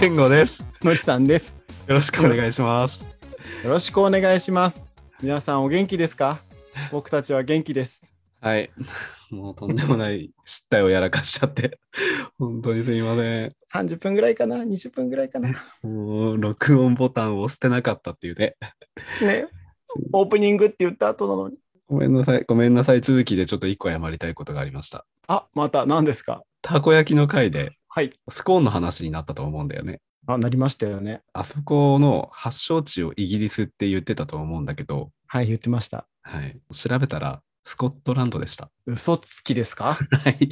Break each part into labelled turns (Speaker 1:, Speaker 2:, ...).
Speaker 1: 健吾です。よ
Speaker 2: のちさんです。
Speaker 1: ろしくお願いします。
Speaker 2: よろしくお願いします。皆さんお元気ですか僕たちは元気です。
Speaker 1: はい。もうとんでもない失態をやらかしちゃって、本当にすいません。
Speaker 2: 30分ぐらいかな ?20 分ぐらいかな
Speaker 1: もう録音ボタンを押してなかったっていうね。
Speaker 2: ね。オープニングって言った後なのに。
Speaker 1: ごめんなさい、ごめんなさい続きでちょっと一個謝りたいことがありました。
Speaker 2: あ、また何ですか
Speaker 1: たこ焼きの回で
Speaker 2: はい。
Speaker 1: スコーンの話になったと思うんだよね。
Speaker 2: あ、なりましたよね。
Speaker 1: あそこの発祥地をイギリスって言ってたと思うんだけど、
Speaker 2: はい、言ってました。
Speaker 1: はい、調べたらスコットランドでした。
Speaker 2: 嘘つきですか
Speaker 1: はい。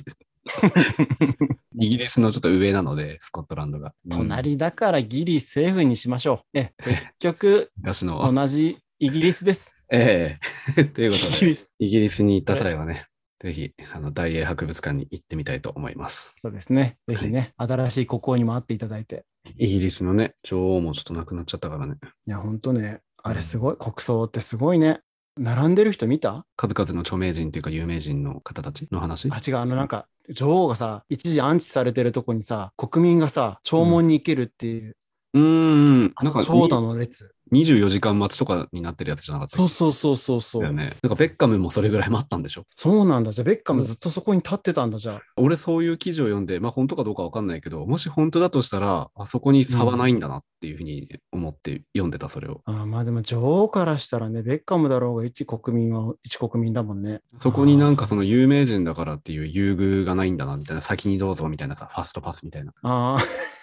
Speaker 1: イギリスのちょっと上なので、スコットランドが。うん
Speaker 2: 隣だからギリセーフにしましょう。ええ、結局、
Speaker 1: 東の。
Speaker 2: 同じイギリスです。
Speaker 1: ええ というこ
Speaker 2: イ
Speaker 1: と
Speaker 2: ギ
Speaker 1: で、
Speaker 2: リス。
Speaker 1: イギリスに行った際はね、ぜひ、あの、大英博物館に行ってみたいと思います。
Speaker 2: そうですね。ぜひね、新しい国王にも会っていただいて。
Speaker 1: イギリスのね、女王もちょっと亡くなっちゃったからね、
Speaker 2: いや、ほんとね、あれすごい。国葬ってすごいね。並んでる人見た
Speaker 1: 数々の著名人というか有名人の方たちの話。
Speaker 2: あ、違う、あのなんか、女王がさ、一時安置されてるとこにさ、国民がさ、弔問に行けるっていう、
Speaker 1: うーん、
Speaker 2: あ
Speaker 1: なんか
Speaker 2: の長蛇の列。
Speaker 1: に24時間待ちとかになってるやつじゃなかった
Speaker 2: そう
Speaker 1: っ
Speaker 2: そうそうそうそ
Speaker 1: けだ
Speaker 2: う、
Speaker 1: よね。なんかベッカムもそれぐらい待ったんでしょ。
Speaker 2: そうなんだ。じゃあ、ベッカムずっとそこに立ってたんだ、じゃあ。
Speaker 1: 俺そういう記事を読んで、まあ本当かどうかわかんないけど、もし本当だとしたら、あそこに差はないんだなっていうふうに思って読んでた、それを。
Speaker 2: あーまあでも女王からしたらね、ベッカムだろうが一国民は一国民だもんね。
Speaker 1: そこになん
Speaker 2: あ
Speaker 1: か
Speaker 2: ー
Speaker 1: その有名人だからっていう優遇がないんだなみたいな、先にどうぞみたいなさ、ファストパスみたいな。
Speaker 2: あ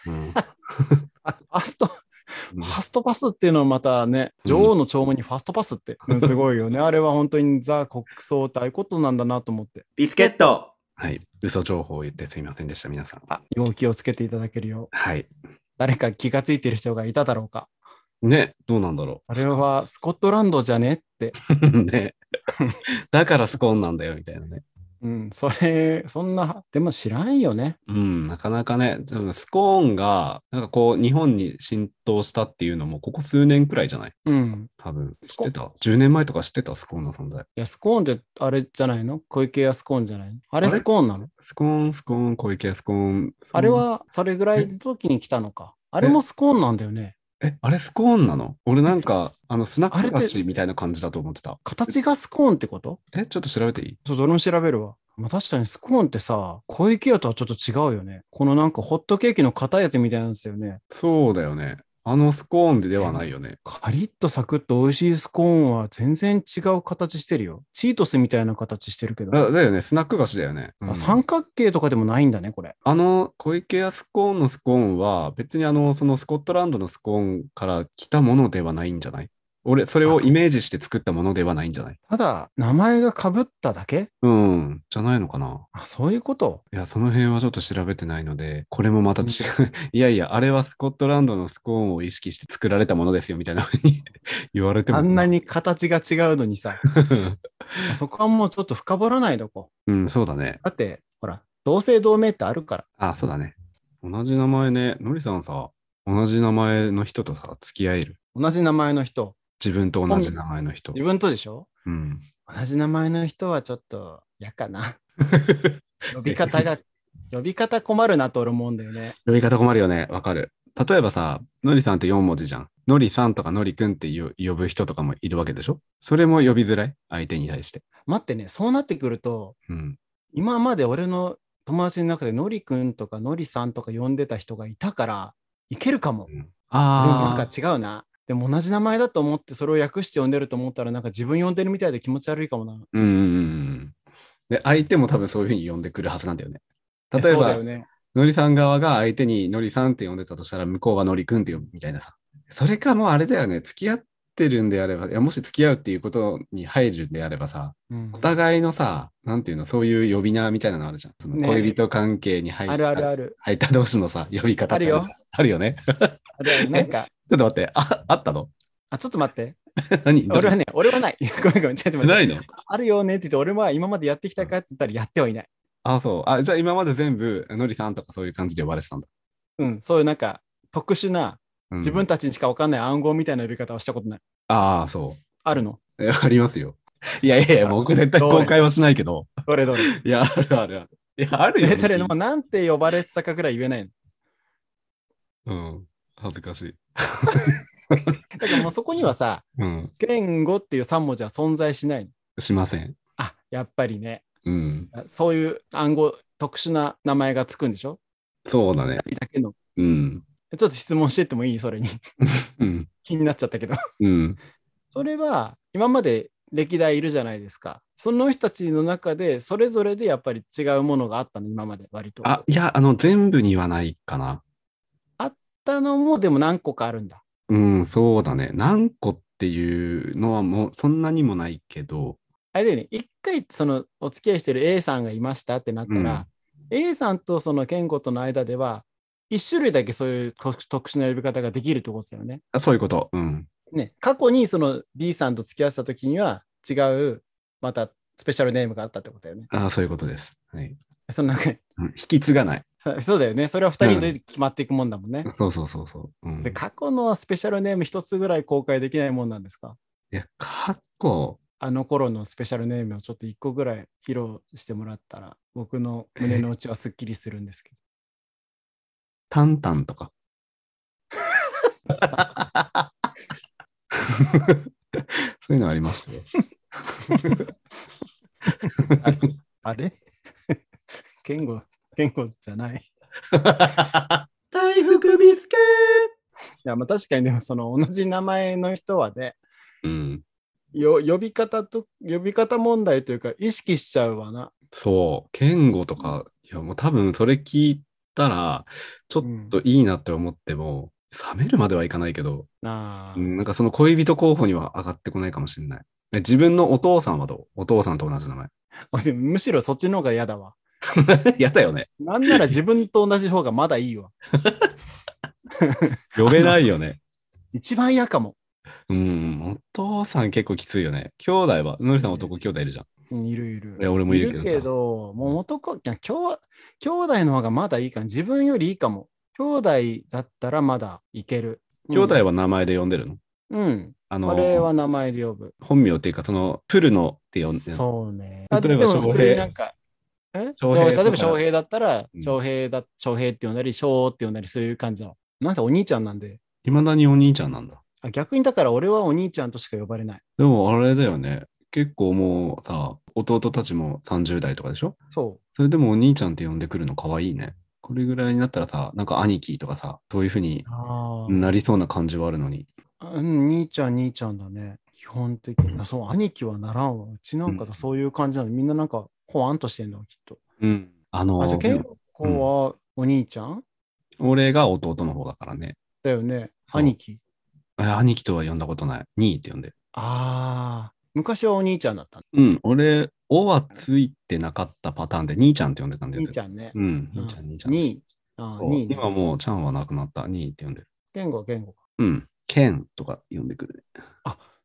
Speaker 2: ー
Speaker 1: う ん、
Speaker 2: あ、ファスト、ファストパスっていうのはまたね、女王の弔問にファストパスって、うんすごいよね。あれは本当にザ国葬ってああいうことなんだなと思って。
Speaker 3: ビスケット
Speaker 1: はい。嘘情報を言ってすみませんでした、皆さん。
Speaker 2: あ、よう気をつけていただけるよう。
Speaker 1: はい。
Speaker 2: 誰か気がついてる人がいただろうか。
Speaker 1: ね、どうなんだろ
Speaker 2: あれはスコットランドじゃねって。
Speaker 1: う。 ね。だからスコーンなんだよ、みたいなね。
Speaker 2: うん、それ、そんな、でも知らんよね。
Speaker 1: うん、なかなかね、多分スコーンが、なんかこう、日本に浸透したっていうのも、ここ数年くらいじゃない
Speaker 2: うん。
Speaker 1: 多分。知
Speaker 2: スコ
Speaker 1: ってた ?10 年前とか知ってたスコーンの存在。
Speaker 2: いや、スコーンってあれじゃないの小池屋スコーンじゃないのあれ
Speaker 1: あれ
Speaker 2: スコーンなの
Speaker 1: スコーン、スコーン、小池スコーン。
Speaker 2: あれはそれぐらいの時に来たのか。あれもスコーンなんだよね。
Speaker 1: え、あれスコーンなの俺なんか、あの、スナッ
Speaker 2: あ
Speaker 1: ク
Speaker 2: れ
Speaker 1: 菓
Speaker 2: って
Speaker 1: 子みたいな感じだと思ってた。
Speaker 2: 形がスコーンってこと
Speaker 1: え、ちょっと調べていい
Speaker 2: ちょっと俺も調べるわ。まあ、確かにスコーンってさ、小池屋とはちょっと違うよね。このなんかホットケーキの硬いやつみたいなんですよね。
Speaker 1: そうだよね。あのスコーンでではないよね。
Speaker 2: カリッとサクッと美味しいスコーンは全然違う形してるよ。チートスみたいな形してるけど。
Speaker 1: だだよね、スナック菓子だよね。うん
Speaker 2: あ三角形とかでもないんだね、これ。
Speaker 1: あの、小池屋スコーンのスコーンは、別にあの、そのスコットランドのスコーンから来たものではないんじゃない俺、それをイメージして作ったものではないんじゃない
Speaker 2: ただ、名前がかぶっただけ
Speaker 1: うん、じゃないのかな。
Speaker 2: あ、そういうこと。
Speaker 1: いや、その辺はちょっと調べてないので、これもまた違う。 いやいや、あれはスコットランドのスコーンを意識して作られたものですよ、みたいなふうに 言われても。
Speaker 2: あんな。に形が違うの にさ、そこはもうちょっと深掘らないとこ。
Speaker 1: うん、そうだね。
Speaker 2: だって、ほら、同姓同名ってあるから。
Speaker 1: あ、そうだね。同じ名前ね。のりさんさ、同じ名前の人とさ、付き合える。
Speaker 2: 同じ名前の人、
Speaker 1: 自分と同じ名前の人
Speaker 2: 自。分とでしょ
Speaker 1: うん。
Speaker 2: 同じ名前の人はちょっと嫌かな。呼び 方が、呼び方困るなと俺思うんだよね。
Speaker 1: 呼び方困るよね。わかる。例えばさ、のりさんって4文字じゃん。のりさんとかのりくんってよ呼ぶ人とかもいるわけでしょそれも呼びづらい相手に対して。
Speaker 2: 待ってね、そうなってくると、
Speaker 1: うん。
Speaker 2: 今まで俺の友達の中でのりくんとかのりさんとか呼んでた人がいたからいけるかも。で
Speaker 1: うん
Speaker 2: も
Speaker 1: あ
Speaker 2: なん
Speaker 1: あ。
Speaker 2: か違うな。でも同じ名前だと思ってそれを訳して呼んでると思ったらなんか自分呼んでるみたいで気持ち悪いかもな。
Speaker 1: うんうんうんうん。で、相手も多分そういうふうに呼んでくるはずなんだよね。例え
Speaker 2: そうだ
Speaker 1: ば、
Speaker 2: よね。
Speaker 1: のりさん側が相手にのりさんって呼んでたとしたら、向こうはのりくんって呼ぶみたいなさ。それかもうあれだよね、付き合ってるんであれば、いやもし付き合うっていうことに入るんであればさ、
Speaker 2: うん
Speaker 1: お互いのさ、なんていうの、そういう呼び名みたいなのあるじゃん。その
Speaker 2: ね
Speaker 1: 恋人関係に入った,、
Speaker 2: あるあるある。
Speaker 1: 入った同士のさ、呼び方ってじゃん
Speaker 2: ある。
Speaker 1: あるよね。
Speaker 2: あるあるなんか、
Speaker 1: ちょっと待って、ああったの
Speaker 2: あ、ちょっと待って。
Speaker 1: 何
Speaker 2: 俺はね、俺はない。 ごめんごめん、ちょっと待って。
Speaker 1: ないの
Speaker 2: あるよねって言って、俺は今までやってきたかって言ったらやってはいない。
Speaker 1: あ、そう。あ、じゃあ今まで全部、のりさんとかそういう感じで呼ばれてたんだ。
Speaker 2: うん、そういうなんか特殊な
Speaker 1: うん
Speaker 2: 自分たちにしか分かんない暗号みたいな呼び方はしたことない。
Speaker 1: ああ、そう。
Speaker 2: あるの
Speaker 1: えありますよ。いやいやいや、僕絶対
Speaker 2: どう
Speaker 1: 公開はしないけど。
Speaker 2: どれどれ。
Speaker 1: いや、あるあるある。いや、あるよ、
Speaker 2: えそれの、なんて呼ばれてたかぐらい言えないの。
Speaker 1: うん。恥ずかしい。
Speaker 2: だからもうそこにはさ、
Speaker 1: うん。
Speaker 2: 言語っていう3文字は存在しないの。
Speaker 1: しません。
Speaker 2: あ、やっぱりね、
Speaker 1: うん。
Speaker 2: そういう暗号、特殊な名前がつくんでしょ
Speaker 1: そうだね。
Speaker 2: だけの。
Speaker 1: うん。
Speaker 2: ちょっと質問してってもいいそれに。
Speaker 1: うん。
Speaker 2: 気になっちゃったけど。
Speaker 1: うん。
Speaker 2: それは今まで歴代いるじゃないですか。その人たちの中で、それぞれでやっぱり違うものがあったの、今まで割と。
Speaker 1: あ、いや、あの、全部にはないかな。
Speaker 2: ったのも、でも何個かあるんだ。
Speaker 1: うん、そうだね。何個っていうのはもう、そんなにもないけど、
Speaker 2: あれだよね、一回そのお付き合いしてる A さんがいましたってなったら、A さんとその健吾との間では、一種類だけそういう特特殊な呼び方ができるってことですよね。
Speaker 1: あそういうこと。うん。
Speaker 2: ね、過去にその B さんと付き合ってた時には違う、またスペシャルネームがあったってことだよね。
Speaker 1: あそういうことです。はい。
Speaker 2: そのなんか
Speaker 1: うん引き継がない。
Speaker 2: そうだよね。それは2人で決まっていくもんだもんね。
Speaker 1: そうそうそうそう。うん、
Speaker 2: で、過去のスペシャルネーム一つぐらい公開できないもんなんですか
Speaker 1: いや、過去、
Speaker 2: あの頃のスペシャルネームをちょっと一個ぐらい披露してもらったら、僕の胸の内はすっきりするんですけど。
Speaker 1: タンタンとか。そういうのありましたよ。
Speaker 2: あれ言語、言語じゃない。い
Speaker 1: 大福ビスケ
Speaker 2: や、まあ確かにでもその同じ名前の人はね、
Speaker 1: うん、
Speaker 2: よ呼び方と、呼び方問題というか意識しちゃうわな。
Speaker 1: そう、健吾とか、いやもう多分それ聞いたら、ちょっといいなって思っても、冷めるまではいかないけど、
Speaker 2: ああ、
Speaker 1: うん、なんかその恋人候補には上がってこないかもしれない。で自分のお父さんはどうお父さんと同じ名前。
Speaker 2: でもむしろそっちの方が嫌だわ。
Speaker 1: やだよね。
Speaker 2: なんなら自分と同じ方がまだいいわ。
Speaker 1: 呼べないよね。
Speaker 2: 一番嫌かも。
Speaker 1: うん、お父さん結構きついよね。兄弟は、のりさん男兄弟いるじゃん。
Speaker 2: うんいるいる。
Speaker 1: いや俺もいるけどさ
Speaker 2: いるけどもう男、いや兄兄弟の方がまだいいかも。自分よりいいかも。兄弟だったらまだいける。うん
Speaker 1: 兄弟は名前で呼んでるの、
Speaker 2: うん。
Speaker 1: あ
Speaker 2: これ
Speaker 1: の、
Speaker 2: は名前で呼ぶ。
Speaker 1: 本名っていうか、その、プルノって呼んでるの
Speaker 2: そうね。
Speaker 1: 例えば
Speaker 2: でも
Speaker 1: 翔平
Speaker 2: 普通になんか、え
Speaker 1: 翔
Speaker 2: 翔
Speaker 1: 平
Speaker 2: 平
Speaker 1: とか
Speaker 2: 例えば翔平だったら
Speaker 1: うん、
Speaker 2: 翔平だ、翔平って呼んだり、翔って呼んだり、そういう感じの。なんせお兄ちゃんなんで。
Speaker 1: いまだにお兄ちゃんなんだ。
Speaker 2: あ逆にだから俺はお兄ちゃんとしか呼ばれない。
Speaker 1: でも、あれだよね。結構もうさ、弟たちも30代とかでしょ
Speaker 2: そ
Speaker 1: それでもお兄ちゃんって呼んでくるの可愛いね。これぐらいになったらさ、なんか兄貴とかさ、そういう風に
Speaker 2: う。あ
Speaker 1: なりそうな感じはあるのに。
Speaker 2: うん、兄ちゃん、兄ちゃんだね。基本的に。あそう、兄貴はならんわ。うちなんかだそういう感じなの。みんななんか、ほわんとしてんの、きっと。
Speaker 1: うん。あの
Speaker 2: あ、じゃあ、健康はお兄ちゃん
Speaker 1: 俺が弟の方だからね。
Speaker 2: だよね。
Speaker 1: そう
Speaker 2: 兄貴。
Speaker 1: え兄貴とは呼んだことない。兄って呼んでる。
Speaker 2: ああ、昔はお兄ちゃんだったんだ。
Speaker 1: うん。俺、おはついてなかったパターンで、兄ちゃんって呼んでたんだよ
Speaker 2: 兄
Speaker 1: ね。
Speaker 2: ちゃんね。
Speaker 1: うん、
Speaker 2: うん
Speaker 1: 兄ちゃん、兄ちゃん。
Speaker 2: 兄。あ
Speaker 1: そう
Speaker 2: 兄ね。
Speaker 1: 今もう、ちゃんはなくなった。兄って呼んでる。
Speaker 2: 言語は言語か。
Speaker 1: うん。ケンとか呼んでくるね。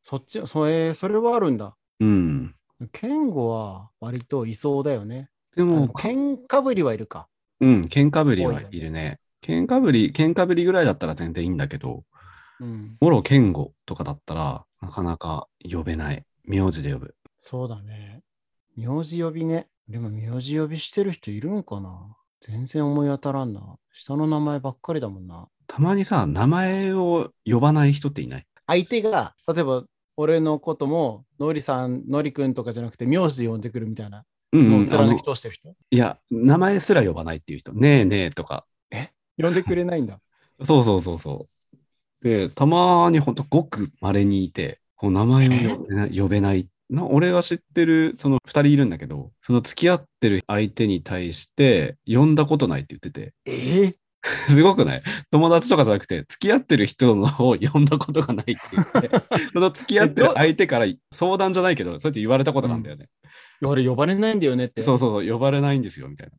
Speaker 2: そっち、それ、それはあるんだ。
Speaker 1: うん。
Speaker 2: 言語は割といそうだよね。
Speaker 1: で
Speaker 2: あ
Speaker 1: も
Speaker 2: の、喧嘩ぶりはいるか。
Speaker 1: うん、ケンかぶり
Speaker 2: 多
Speaker 1: はい
Speaker 2: よね
Speaker 1: いるね。ケンかぶり、ケンかぶりぐらいだったら全然いいんだけど、
Speaker 2: うん。
Speaker 1: もろケンゴとかだったら、なかなか呼べない。名字で呼ぶ。
Speaker 2: そうだね。名字呼びね。でも名字呼びしてる人いるんかな全然思い当たらんな。下の名前ばっかりだもんな。
Speaker 1: たまにさ、名前を呼ばない人っていない
Speaker 2: 相手が、例えば俺のことも、のりさん、のりくんとかじゃなくて、名字で呼んでくるみたいな、
Speaker 1: うん、
Speaker 2: も
Speaker 1: う、
Speaker 2: うん
Speaker 1: あの
Speaker 2: 貫き通してる人。
Speaker 1: いや、名前すら呼ばないっていう人。ねえねえとか。
Speaker 2: 呼んでくれないんだ。
Speaker 1: そうそうそうそう。で、たまにほんとごく稀にいて、こう名前を呼べない呼べない。な俺が知ってる、その2人いるんだけど、その付き合ってる相手に対して、呼んだことないって言ってて、
Speaker 2: ええ
Speaker 1: すごくない友達とかじゃなくて、付き合ってる人の方を呼んだことがないって言って、その付き合ってる相手から相談じゃないけど、そうやって言われたことなんだよね。
Speaker 2: 俺呼ばれないんだよねって。
Speaker 1: そうそうそう、呼ばれないんですよ、みたい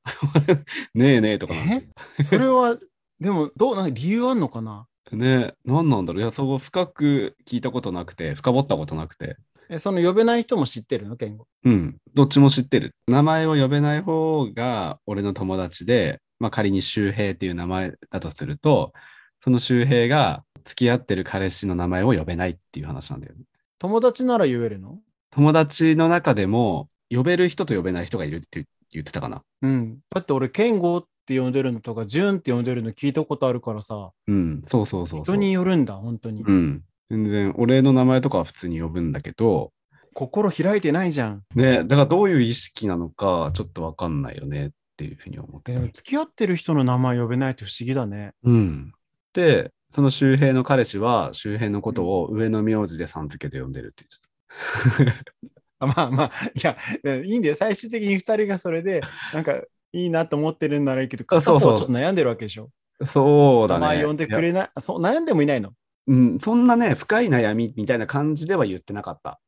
Speaker 1: な。 ねえねえとかなんですよ
Speaker 2: それは、でも、どう、なんか理由あんのかな
Speaker 1: ね何なんだろういや、そこ深く聞いたことなくて、深掘ったことなくて。
Speaker 2: え、その呼べない人も知ってるの言語。
Speaker 1: うん、どっちも知ってる。名前を呼べない方が俺の友達で、まあ、仮に周平っていう名前だとすると、その周平が付き合ってる彼氏の名前を呼べないっていう話なんだよね。
Speaker 2: 友達なら言えるの
Speaker 1: 友達の中でも、呼べる人と呼べない人がいるって言ってたかな。
Speaker 2: うん。だって俺、言語ってって呼んでるのとか、ジュンって呼んでるの聞いたことあるからさ、
Speaker 1: うん、そうそうそうそ
Speaker 2: 人
Speaker 1: う。
Speaker 2: によるんだ、本当に。
Speaker 1: うん。全然、俺の名前とかは普通に呼ぶんだけど、
Speaker 2: 心開いてないじゃん。
Speaker 1: ね、だからどういう意識なのか、ちょっとわかんないよねっていうふうに思って
Speaker 2: で
Speaker 1: た
Speaker 2: も付き合ってる人の名前呼べないって不思議だね。
Speaker 1: うん。で、その周平の彼氏は、周平のことを上の名字でさん付けで呼んでるって言ってた。
Speaker 2: あまあまあ、いや、えいいんだよ。最終的に2人がそれで、なんか、いいなと思ってるんならいいけど、
Speaker 1: あ
Speaker 2: 片
Speaker 1: そう
Speaker 2: 方ち
Speaker 1: そう
Speaker 2: ょっと悩んでるわけでしょ。
Speaker 1: そうだ
Speaker 2: 名
Speaker 1: ね。
Speaker 2: 前呼んでく
Speaker 1: いや
Speaker 2: れないあそう、悩んでもいないの。
Speaker 1: うん、そんなね、深い悩みみたいな感じでは言ってなかった。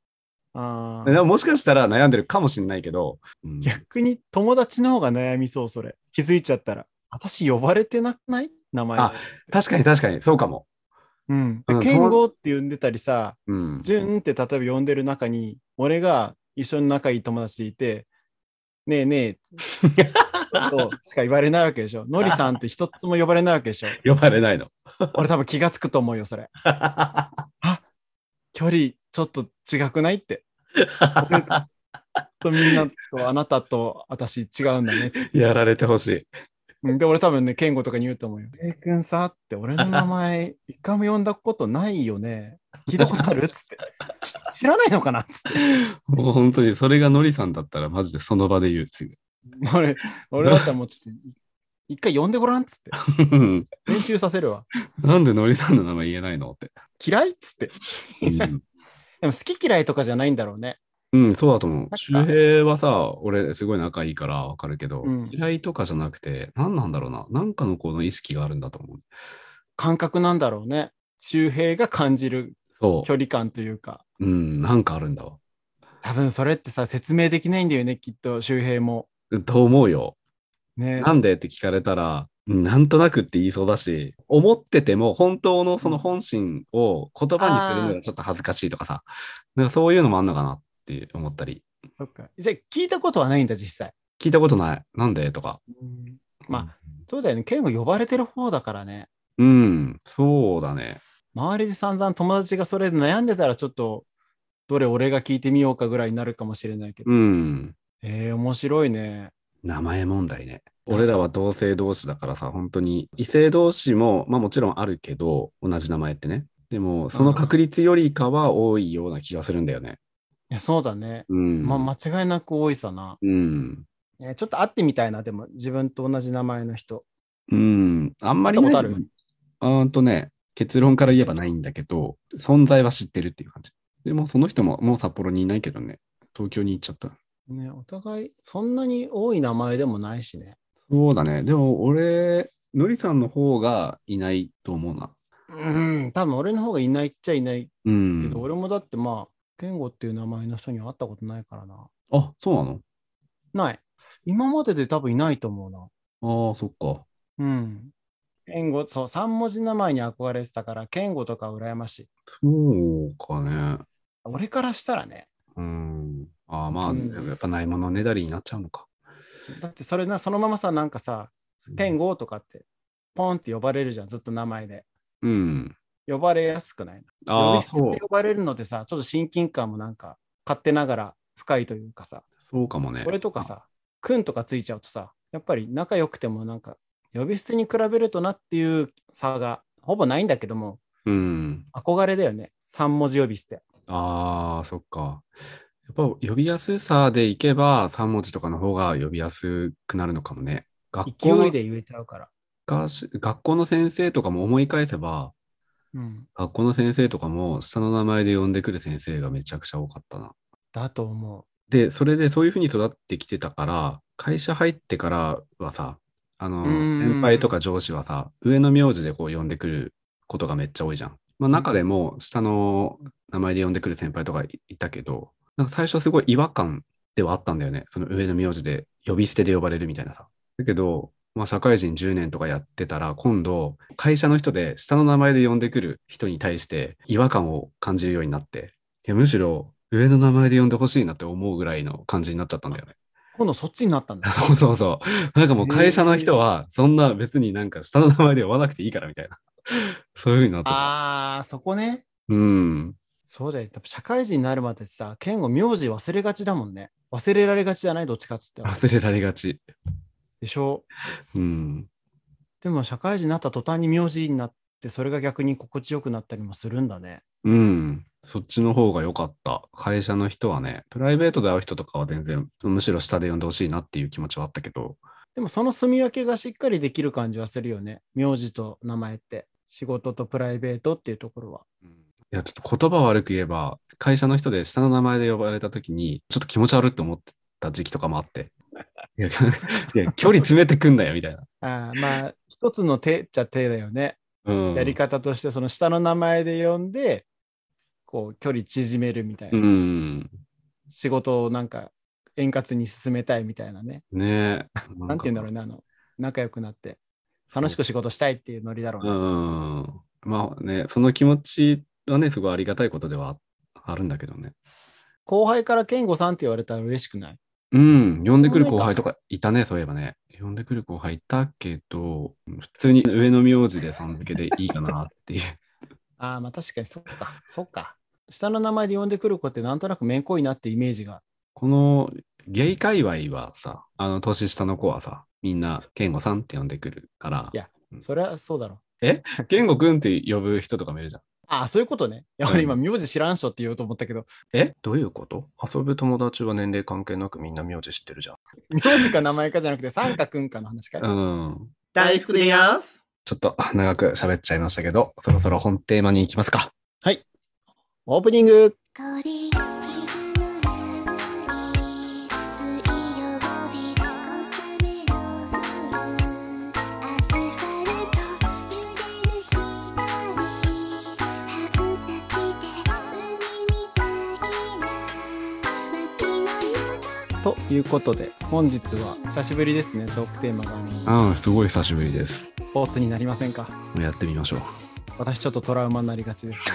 Speaker 2: あ
Speaker 1: で
Speaker 2: ー
Speaker 1: ももしかしたら悩んでるかもしれないけど、うん
Speaker 2: 逆に友達の方が悩みそう、それ。気づいちゃったら。私呼ばれてなくない名前。
Speaker 1: あ確かに確かに、そうかも。
Speaker 2: うん
Speaker 1: うん。
Speaker 2: 健吾って呼んでたりさ、
Speaker 1: うん。
Speaker 2: ジュンって例えば呼んでる中に、俺が一緒に仲いい友達でいて、ねえねえ、としか言われないわけでし ょ。ノリさんって一つも呼ばれないわけでしょ。
Speaker 1: 呼ばれないの。
Speaker 2: 俺多分気がつくと思うよ、それ。距離ちょっと違くないって。とみんなとあなたと私違うんだねって。
Speaker 1: やられてほしい。
Speaker 2: うんで、俺多分ね、健吾とかに言うと思うよ。 ケイ君さって、俺の名前、一回も呼んだことないよね。 聞いたことあるっつって。し知らないのかなっつって。
Speaker 1: もう本当に、それがのりさんだったら、マジでその場で言う。すぐ
Speaker 2: 俺、俺だったらもうちょっと、一回呼んでごらんっつって。
Speaker 1: うん
Speaker 2: 練習させるわ。
Speaker 1: なんでのりさんの名前言えないのって。
Speaker 2: 嫌いっつって。
Speaker 1: うん
Speaker 2: でも好き嫌いとかじゃないんだろうね。
Speaker 1: うん、そうだと思
Speaker 2: か
Speaker 1: う。周平はさ、俺、すごい仲いいからわかるけど、
Speaker 2: うん
Speaker 1: 嫌いとかじゃなくて、何なんだろうな。なんかのこの意識があるんだと思う。
Speaker 2: 感覚なんだろうね。周平が感じる
Speaker 1: そ
Speaker 2: 距離感というか。
Speaker 1: う。うん、なんかあるんだわ。
Speaker 2: 多分それってさ、説明できないんだよね、きっと周平も。
Speaker 1: と思うよ。
Speaker 2: ね。
Speaker 1: なんでって聞かれたら、うんなんとなくって言いそうだし、思ってても本当のその本心を言葉にするのがちょっと恥ずかしいとかさ、なんかそういうのもあんのかなって思ったり、
Speaker 2: そっか。じゃあ聞いたことはないんだ、実際。
Speaker 1: 聞いたことない。なんでとか。
Speaker 2: まあ、そうだよね。健吾呼ばれてる方だからね。
Speaker 1: うん、そうだね。
Speaker 2: 周りで散々友達がそれで悩んでたら、ちょっと、どれ俺が聞いてみようかぐらいになるかもしれないけど。
Speaker 1: うん。
Speaker 2: えー、面白いね。
Speaker 1: 名前問題ね。俺らは同性同士だからさ、本当に異性同士も、まあもちろんあるけど、同じ名前ってね。でも、その確率よりかは多いような気がするんだよね。
Speaker 2: いやそうだね。
Speaker 1: うん。
Speaker 2: まあ、間違いなく多いさな。
Speaker 1: うん。
Speaker 2: えーちょっと会ってみたいな、でも、自分と同じ名前の人。
Speaker 1: うん。あんまり
Speaker 2: 会っ
Speaker 1: ね、
Speaker 2: たことある
Speaker 1: うーんとね、結論から言えばないんだけど、存在は知ってるっていう感じ。でも、その人ももう札幌にいないけどね、東京に行っちゃった。
Speaker 2: ね、お互い、そんなに多い名前でもないしね。
Speaker 1: そうだね。でも、俺、のりさんの方がいないと思うな。
Speaker 2: うん、多分俺の方がいないっちゃいないけ
Speaker 1: う
Speaker 2: ど、
Speaker 1: ん。
Speaker 2: 俺もだってまあ、健吾っていう名前の人には会ったことないからな。
Speaker 1: あ、そうなの
Speaker 2: ない。今までで多分いないと思うな。
Speaker 1: ああ、そっか。
Speaker 2: うん。健吾、そう、3文字名前に憧れてたから、健吾とか羨ましい。
Speaker 1: そうかね。
Speaker 2: 俺からしたらね、
Speaker 1: うん。ああ、まあ、
Speaker 2: うん
Speaker 1: やっぱないものねだりになっちゃうのか。
Speaker 2: だってそれな、そのままさ、なんかさ、健吾とかって、ポンって呼ばれるじゃん、ずっと名前で。
Speaker 1: うん。
Speaker 2: 呼ばれやすくない
Speaker 1: ああ、
Speaker 2: 呼び
Speaker 1: そう
Speaker 2: 捨てで。呼ばれるのってさ、ちょっと親近感もなんか、勝手ながら深いというかさ、
Speaker 1: そうかもね。
Speaker 2: 俺とかさ、くんとかついちゃうとさ、やっぱり仲良くてもなんか、呼び捨てに比べるとなっていう差がほぼないんだけども、
Speaker 1: うん。
Speaker 2: 憧れだよね。3文字呼び捨て。
Speaker 1: ああ、そっか。やっぱ呼びやすさでいけば、3文字とかの方が呼びやすくなるのかもね。学校
Speaker 2: 勢い
Speaker 1: の
Speaker 2: で言えちゃうから。
Speaker 1: 昔学校の先生とかも思い返せば、
Speaker 2: うん。
Speaker 1: 学校の先生とかも下の名前で呼んでくる先生がめちゃくちゃ多かったな。
Speaker 2: だと思う。
Speaker 1: で、それでそういうふうに育ってきてたから、会社入ってからはさ、あの、
Speaker 2: うん
Speaker 1: 先輩とか上司はさ、上の名字でこう呼んでくることがめっちゃ多いじゃん。まあ中でも下の名前で呼んでくる先輩とかいたけど、なんか最初すごい違和感ではあったんだよね。その上の名字で呼び捨てで呼ばれるみたいなさ。だけど、まあ社会人10年とかやってたら、今度会社の人で下の名前で呼んでくる人に対して違和感を感じるようになって、いやむしろ上の名前で呼んでほしいなって思うぐらいの感じになっちゃったんだよね。
Speaker 2: 今度そっちになったんだ。
Speaker 1: そうそうそう。なんかもう会社の人は、そんな別になんか下の名前で呼ばなくていいからみたいな。そういうふうになってた。
Speaker 2: ああ、そこね。
Speaker 1: うん。
Speaker 2: そうだよ。多分社会人になるまでさ、健吾名字忘れがちだもんね。忘れられがちじゃないどっちかっつって。
Speaker 1: 忘れられがち。
Speaker 2: でしょ
Speaker 1: うん。
Speaker 2: でも社会人になった途端に名字になって、それが逆に心地よくなったりもするんだね。
Speaker 1: うん。そっちの方が良かった。会社の人はね、プライベートで会う人とかは全然、むしろ下で呼んでほしいなっていう気持ちはあったけど、
Speaker 2: でもその住み分けがしっかりできる感じはするよね。名字と名前って。仕事とプライベートっていうところは。
Speaker 1: いや、ちょっと言葉悪く言えば、会社の人で下の名前で呼ばれた時に、ちょっと気持ち悪いって思ってた時期とかもあって、いや、 いや距離詰めてくんなよ、みたいな。
Speaker 2: ああまあ、一つの手っちゃ手だよね。
Speaker 1: うん。
Speaker 2: やり方として、その下の名前で呼んで、こう、距離縮めるみたいうな。
Speaker 1: ん。
Speaker 2: 仕事をなんか円滑に進めたいみたいなね。
Speaker 1: ねえ。
Speaker 2: なんて言うんだろう
Speaker 1: ね。
Speaker 2: ね、あの、仲良くなって、楽しく仕事したいっていうノリだろうね。
Speaker 1: うん。まあね、その気持ちはね、すごいありがたいことではあるんだけどね。
Speaker 2: 後輩から健吾さんって言われたら嬉しくない
Speaker 1: うん、呼んでくる後輩とかいたね、そういえばね。呼んでくる後輩いたけど、普通に上の名字でさん付けでいいかなっていう。
Speaker 2: ああ、まあ確かにそっか、そっか。下の名前で呼んでくる子ってなんとなく面濃いなってイメージが。
Speaker 1: このゲイ界隈はさ、あの年下の子はさ、みんな、ケンゴさんって呼んでくるから
Speaker 2: い、やそれはそうだろう。
Speaker 1: ケンゴくんって呼ぶ人とかもいるじゃん。
Speaker 2: ああ、そういうことね。いや、
Speaker 1: うん
Speaker 2: 俺今、名字知らんしょって言おうと思ったけど、
Speaker 1: え
Speaker 3: どういうこと遊ぶ友達は年齢関係なくみんな名字知ってるじゃん。
Speaker 2: 名字か名前かじゃなくて、三かくんかの話か
Speaker 1: う
Speaker 2: よ。
Speaker 1: ん。
Speaker 4: 大福でやんす。
Speaker 1: ちょっと長く喋っちゃいましたけど、そろそろ本テーマに行きますか。
Speaker 2: オープニング
Speaker 5: 香り「水曜日小雨の夜」「アスファルト揺れる光」「反射して海みたいな街の中」
Speaker 2: ということで、本日は久しぶりですね、トークテーマが。
Speaker 1: うん、すごい久しぶりです。
Speaker 2: スポーツになりませんか
Speaker 1: もうやってみましょう。
Speaker 2: 私ちょっとトラウマになりがちです。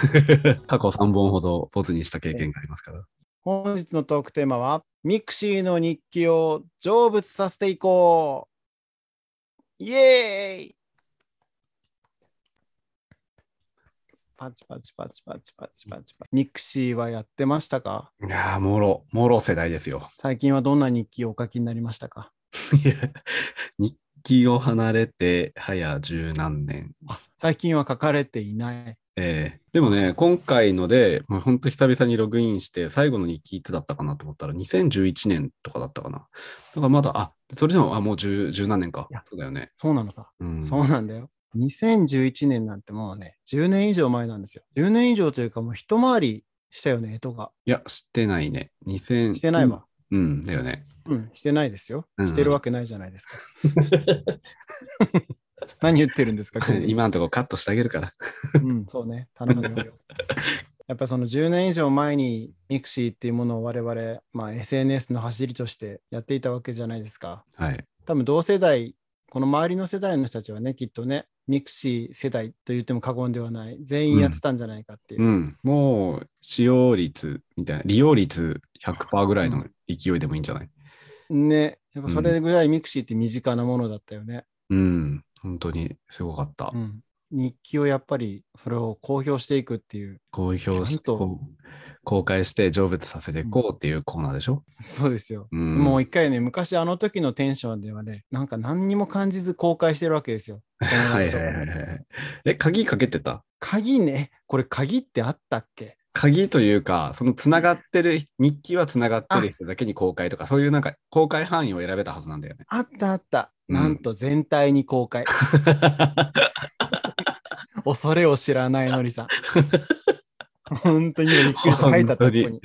Speaker 1: 過去3本ほどポーズにした経験がありますから。
Speaker 2: 本日のトークテーマは、ミクシーの日記を成仏させていこうイエーイパチパチパチパチパチパチパチ。ミクシーはやってましたか
Speaker 1: いやー、もろ、もろ世代ですよ。
Speaker 2: 最近はどんな日記をお書きになりましたか
Speaker 1: いや日記を離れて早十何年。
Speaker 2: 最近は書かれていない。
Speaker 1: えーでもね、今回ので、もう本当久々にログインして、最後の日記いつだったかなと思ったら、2011年とかだったかな。だからまだ、あ、それでも、あ、もう十十何年か
Speaker 2: いや。
Speaker 1: そうだよね。
Speaker 2: そうなのさ。
Speaker 1: うん。
Speaker 2: そうなんだよ。2011年なんてもうね、10年以上前なんですよ。10年以上というかもう一回りしたよね、干支が。
Speaker 1: いや、してないね。2000。
Speaker 2: してないわ。
Speaker 1: うん、だよね。
Speaker 2: うん、してないですよ。
Speaker 1: うん
Speaker 2: してるわけないじゃないですか。 何言ってるんですか、
Speaker 1: 今のところカットしてあげるから。
Speaker 2: うん、そうね、頼むよ。 やっぱその10年以上前にミクシーっていうものを我々、まあ、SNS の走りとしてやっていたわけじゃないですか。
Speaker 1: はい。
Speaker 2: 多分同世代、この周りの世代の人たちはね、きっとね、ミクシー世代と言っても過言ではない、全員やってたんじゃないかっていう。
Speaker 1: うん。もう、使用率みたいな、利用率100%ぐらいの勢いでもいいんじゃない
Speaker 2: ね、やっぱそれぐらいミクシーって身近なものだったよね。
Speaker 1: うん。本当にすごかった。
Speaker 2: うん日記をやっぱりそれを公表していくっていう、
Speaker 1: 公表し
Speaker 2: ちゃん
Speaker 1: て
Speaker 2: と
Speaker 1: こう公開して成仏させていこうっていうコーナーでしょ、
Speaker 2: そうですよ。
Speaker 1: うん
Speaker 2: もう一回ね、昔あの時のテンションではね、なんか何にも感じず公開してるわけですよ。
Speaker 1: はいはいはいはい。え、鍵かけてた
Speaker 2: 鍵ね、これ鍵ってあったっけ
Speaker 1: 鍵というか、そのつながってる、日記はつながってる人だけに公開とか、そういうなんか公開範囲を選べたはずなんだよね。
Speaker 2: あったあった。
Speaker 1: うん
Speaker 2: なんと全体に公 開。恐れを知らないの りさん。本当に今びっくりした。書いてあった、ここに。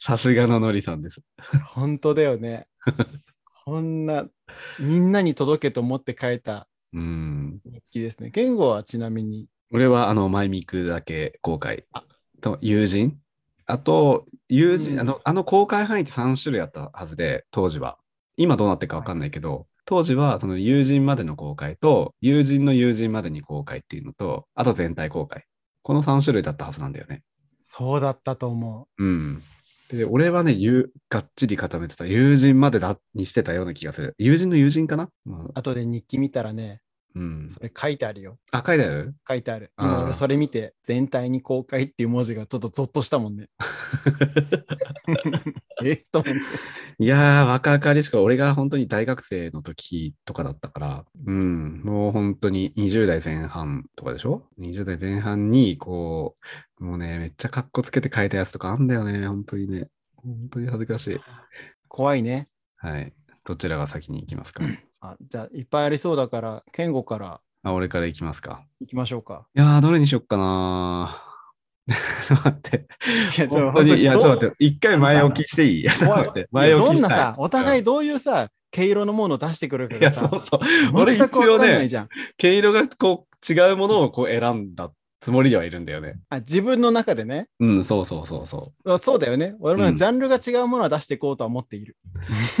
Speaker 1: さすがののりさんです。
Speaker 2: 本当だよね。こんな、みんなに届けと思って書いた
Speaker 1: うん。
Speaker 2: 日記ですね。言語はちなみに、
Speaker 1: 俺は、あの、マイミクだけ公開。と、友人あと、友人、
Speaker 2: うん
Speaker 1: あの、あの公開範囲って3種類あったはずで、当時は。今どうなってるかわかんないけど、当時はその友人までの公開と、友人の友人までに公開っていうのと、あと全体公開。この3種類だったはずなんだよね。
Speaker 2: そうだったと思
Speaker 1: うん。で、俺はね、ゆがっちり固めてた。友人までだにしてたような気がする。友人の友人かな、うん
Speaker 2: う。後で日記見たらね、
Speaker 1: うん
Speaker 2: そ。れ書いてあるよ。
Speaker 1: あ、書いてある
Speaker 2: 書いてある。
Speaker 1: あー
Speaker 2: 今俺それ見て、全体に公開っていう文字がちょっとゾッとしたも んね。えっと思って、
Speaker 1: いやー、若かりしか、俺が本当に大学生の時とかだったから、うん、もう本当に20代前半とかでしょ ?20 代前半に、こう、もうね、めっちゃかっこつけて書いたやつとかあんだよね、本当にね。本当に恥ずかしい。
Speaker 2: 怖いね。
Speaker 1: はい。どちらが先に行きます か
Speaker 2: あじゃあ、いっぱいありそうだから、健吾から
Speaker 1: あ、俺から行きますか。
Speaker 2: 行きましょうか。
Speaker 1: いやー、どれにしよっかなー ちょっと待って。
Speaker 2: いやちょ
Speaker 1: 本当に、いや、ちょっと待って。一回前置きしていいい や、ちょっと
Speaker 2: 怖い
Speaker 1: 待って。前置き
Speaker 2: どん
Speaker 1: し
Speaker 2: な
Speaker 1: たい。
Speaker 2: さ、お互いどういうさ、毛色のものを出してくるか
Speaker 1: いや、
Speaker 2: が
Speaker 1: そう
Speaker 2: さ、
Speaker 1: そう。俺
Speaker 2: 俺
Speaker 1: 一
Speaker 2: 全く
Speaker 1: 応
Speaker 2: わかんな
Speaker 1: ね
Speaker 2: い、じゃん。
Speaker 1: 毛色がこう違うものをこう選んだつもりではいるんだよね。
Speaker 2: あ自分の中でね、
Speaker 1: うん、そうそうそうそ
Speaker 2: あそうだよね。俺
Speaker 1: う
Speaker 2: も
Speaker 1: ん
Speaker 2: ジャンルが違うものは出していこうとは思っている。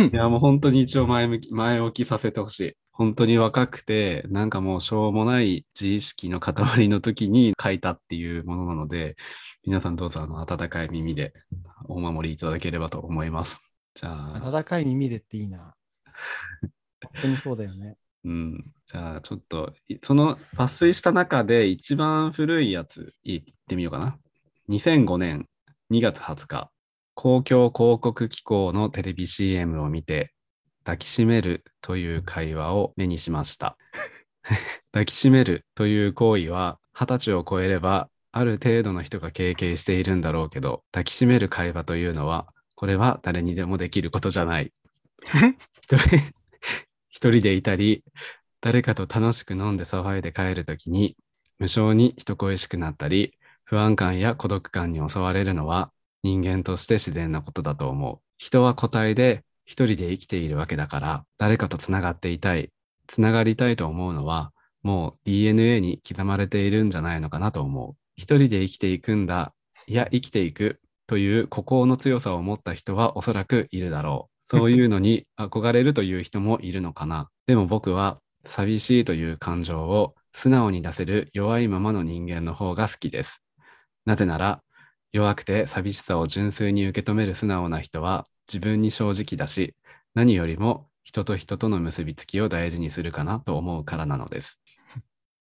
Speaker 1: う。 いや、もう本当に一応前向き、前置きさせてほしい。本当に若くて、なんかもうしょうもない自意識の塊の時に書いたっていうものなので、皆さんどうぞあの温かい耳でお守りいただければと思います。じゃあ、
Speaker 2: 温かい耳でっていいな。本当にそうだよね。
Speaker 1: うん。じゃあちょっと、いその抜粋した中で一番古いやついってみようかな。2005年2月20日、公共広告機構のテレビ CM を見て、抱きしめるという会話を目にしました。 抱きしめるという行為は、20歳を超えれば、ある程度の人が経験しているんだろうけど、抱きしめる会話というのは、これは誰にでもできることじゃない。 一人一人でいたり、誰かと楽しく飲んで騒いで帰るときに、無性に人恋しくなったり、不安感や孤独感に襲われるのは人間として自然なことだと思う。人は個体で一人で生きているわけだから、誰かとつながっていたい、つながりたいと思うのは、もう DNA に刻まれているんじゃないのかなと思う。一人で生きていくんだ、いや生きていくという孤高の強さを持った人はおそらくいるだろう。そういうのに憧れるという人もいるのかな。でも僕は寂しいという感情を素直に出せる弱いままの人間の方が好きです。なぜなら、弱くて寂しさを純粋に受け止める素直な人は自分に正直だし、何よりも人と人との結びつきを大事にするかなと思うからなのです。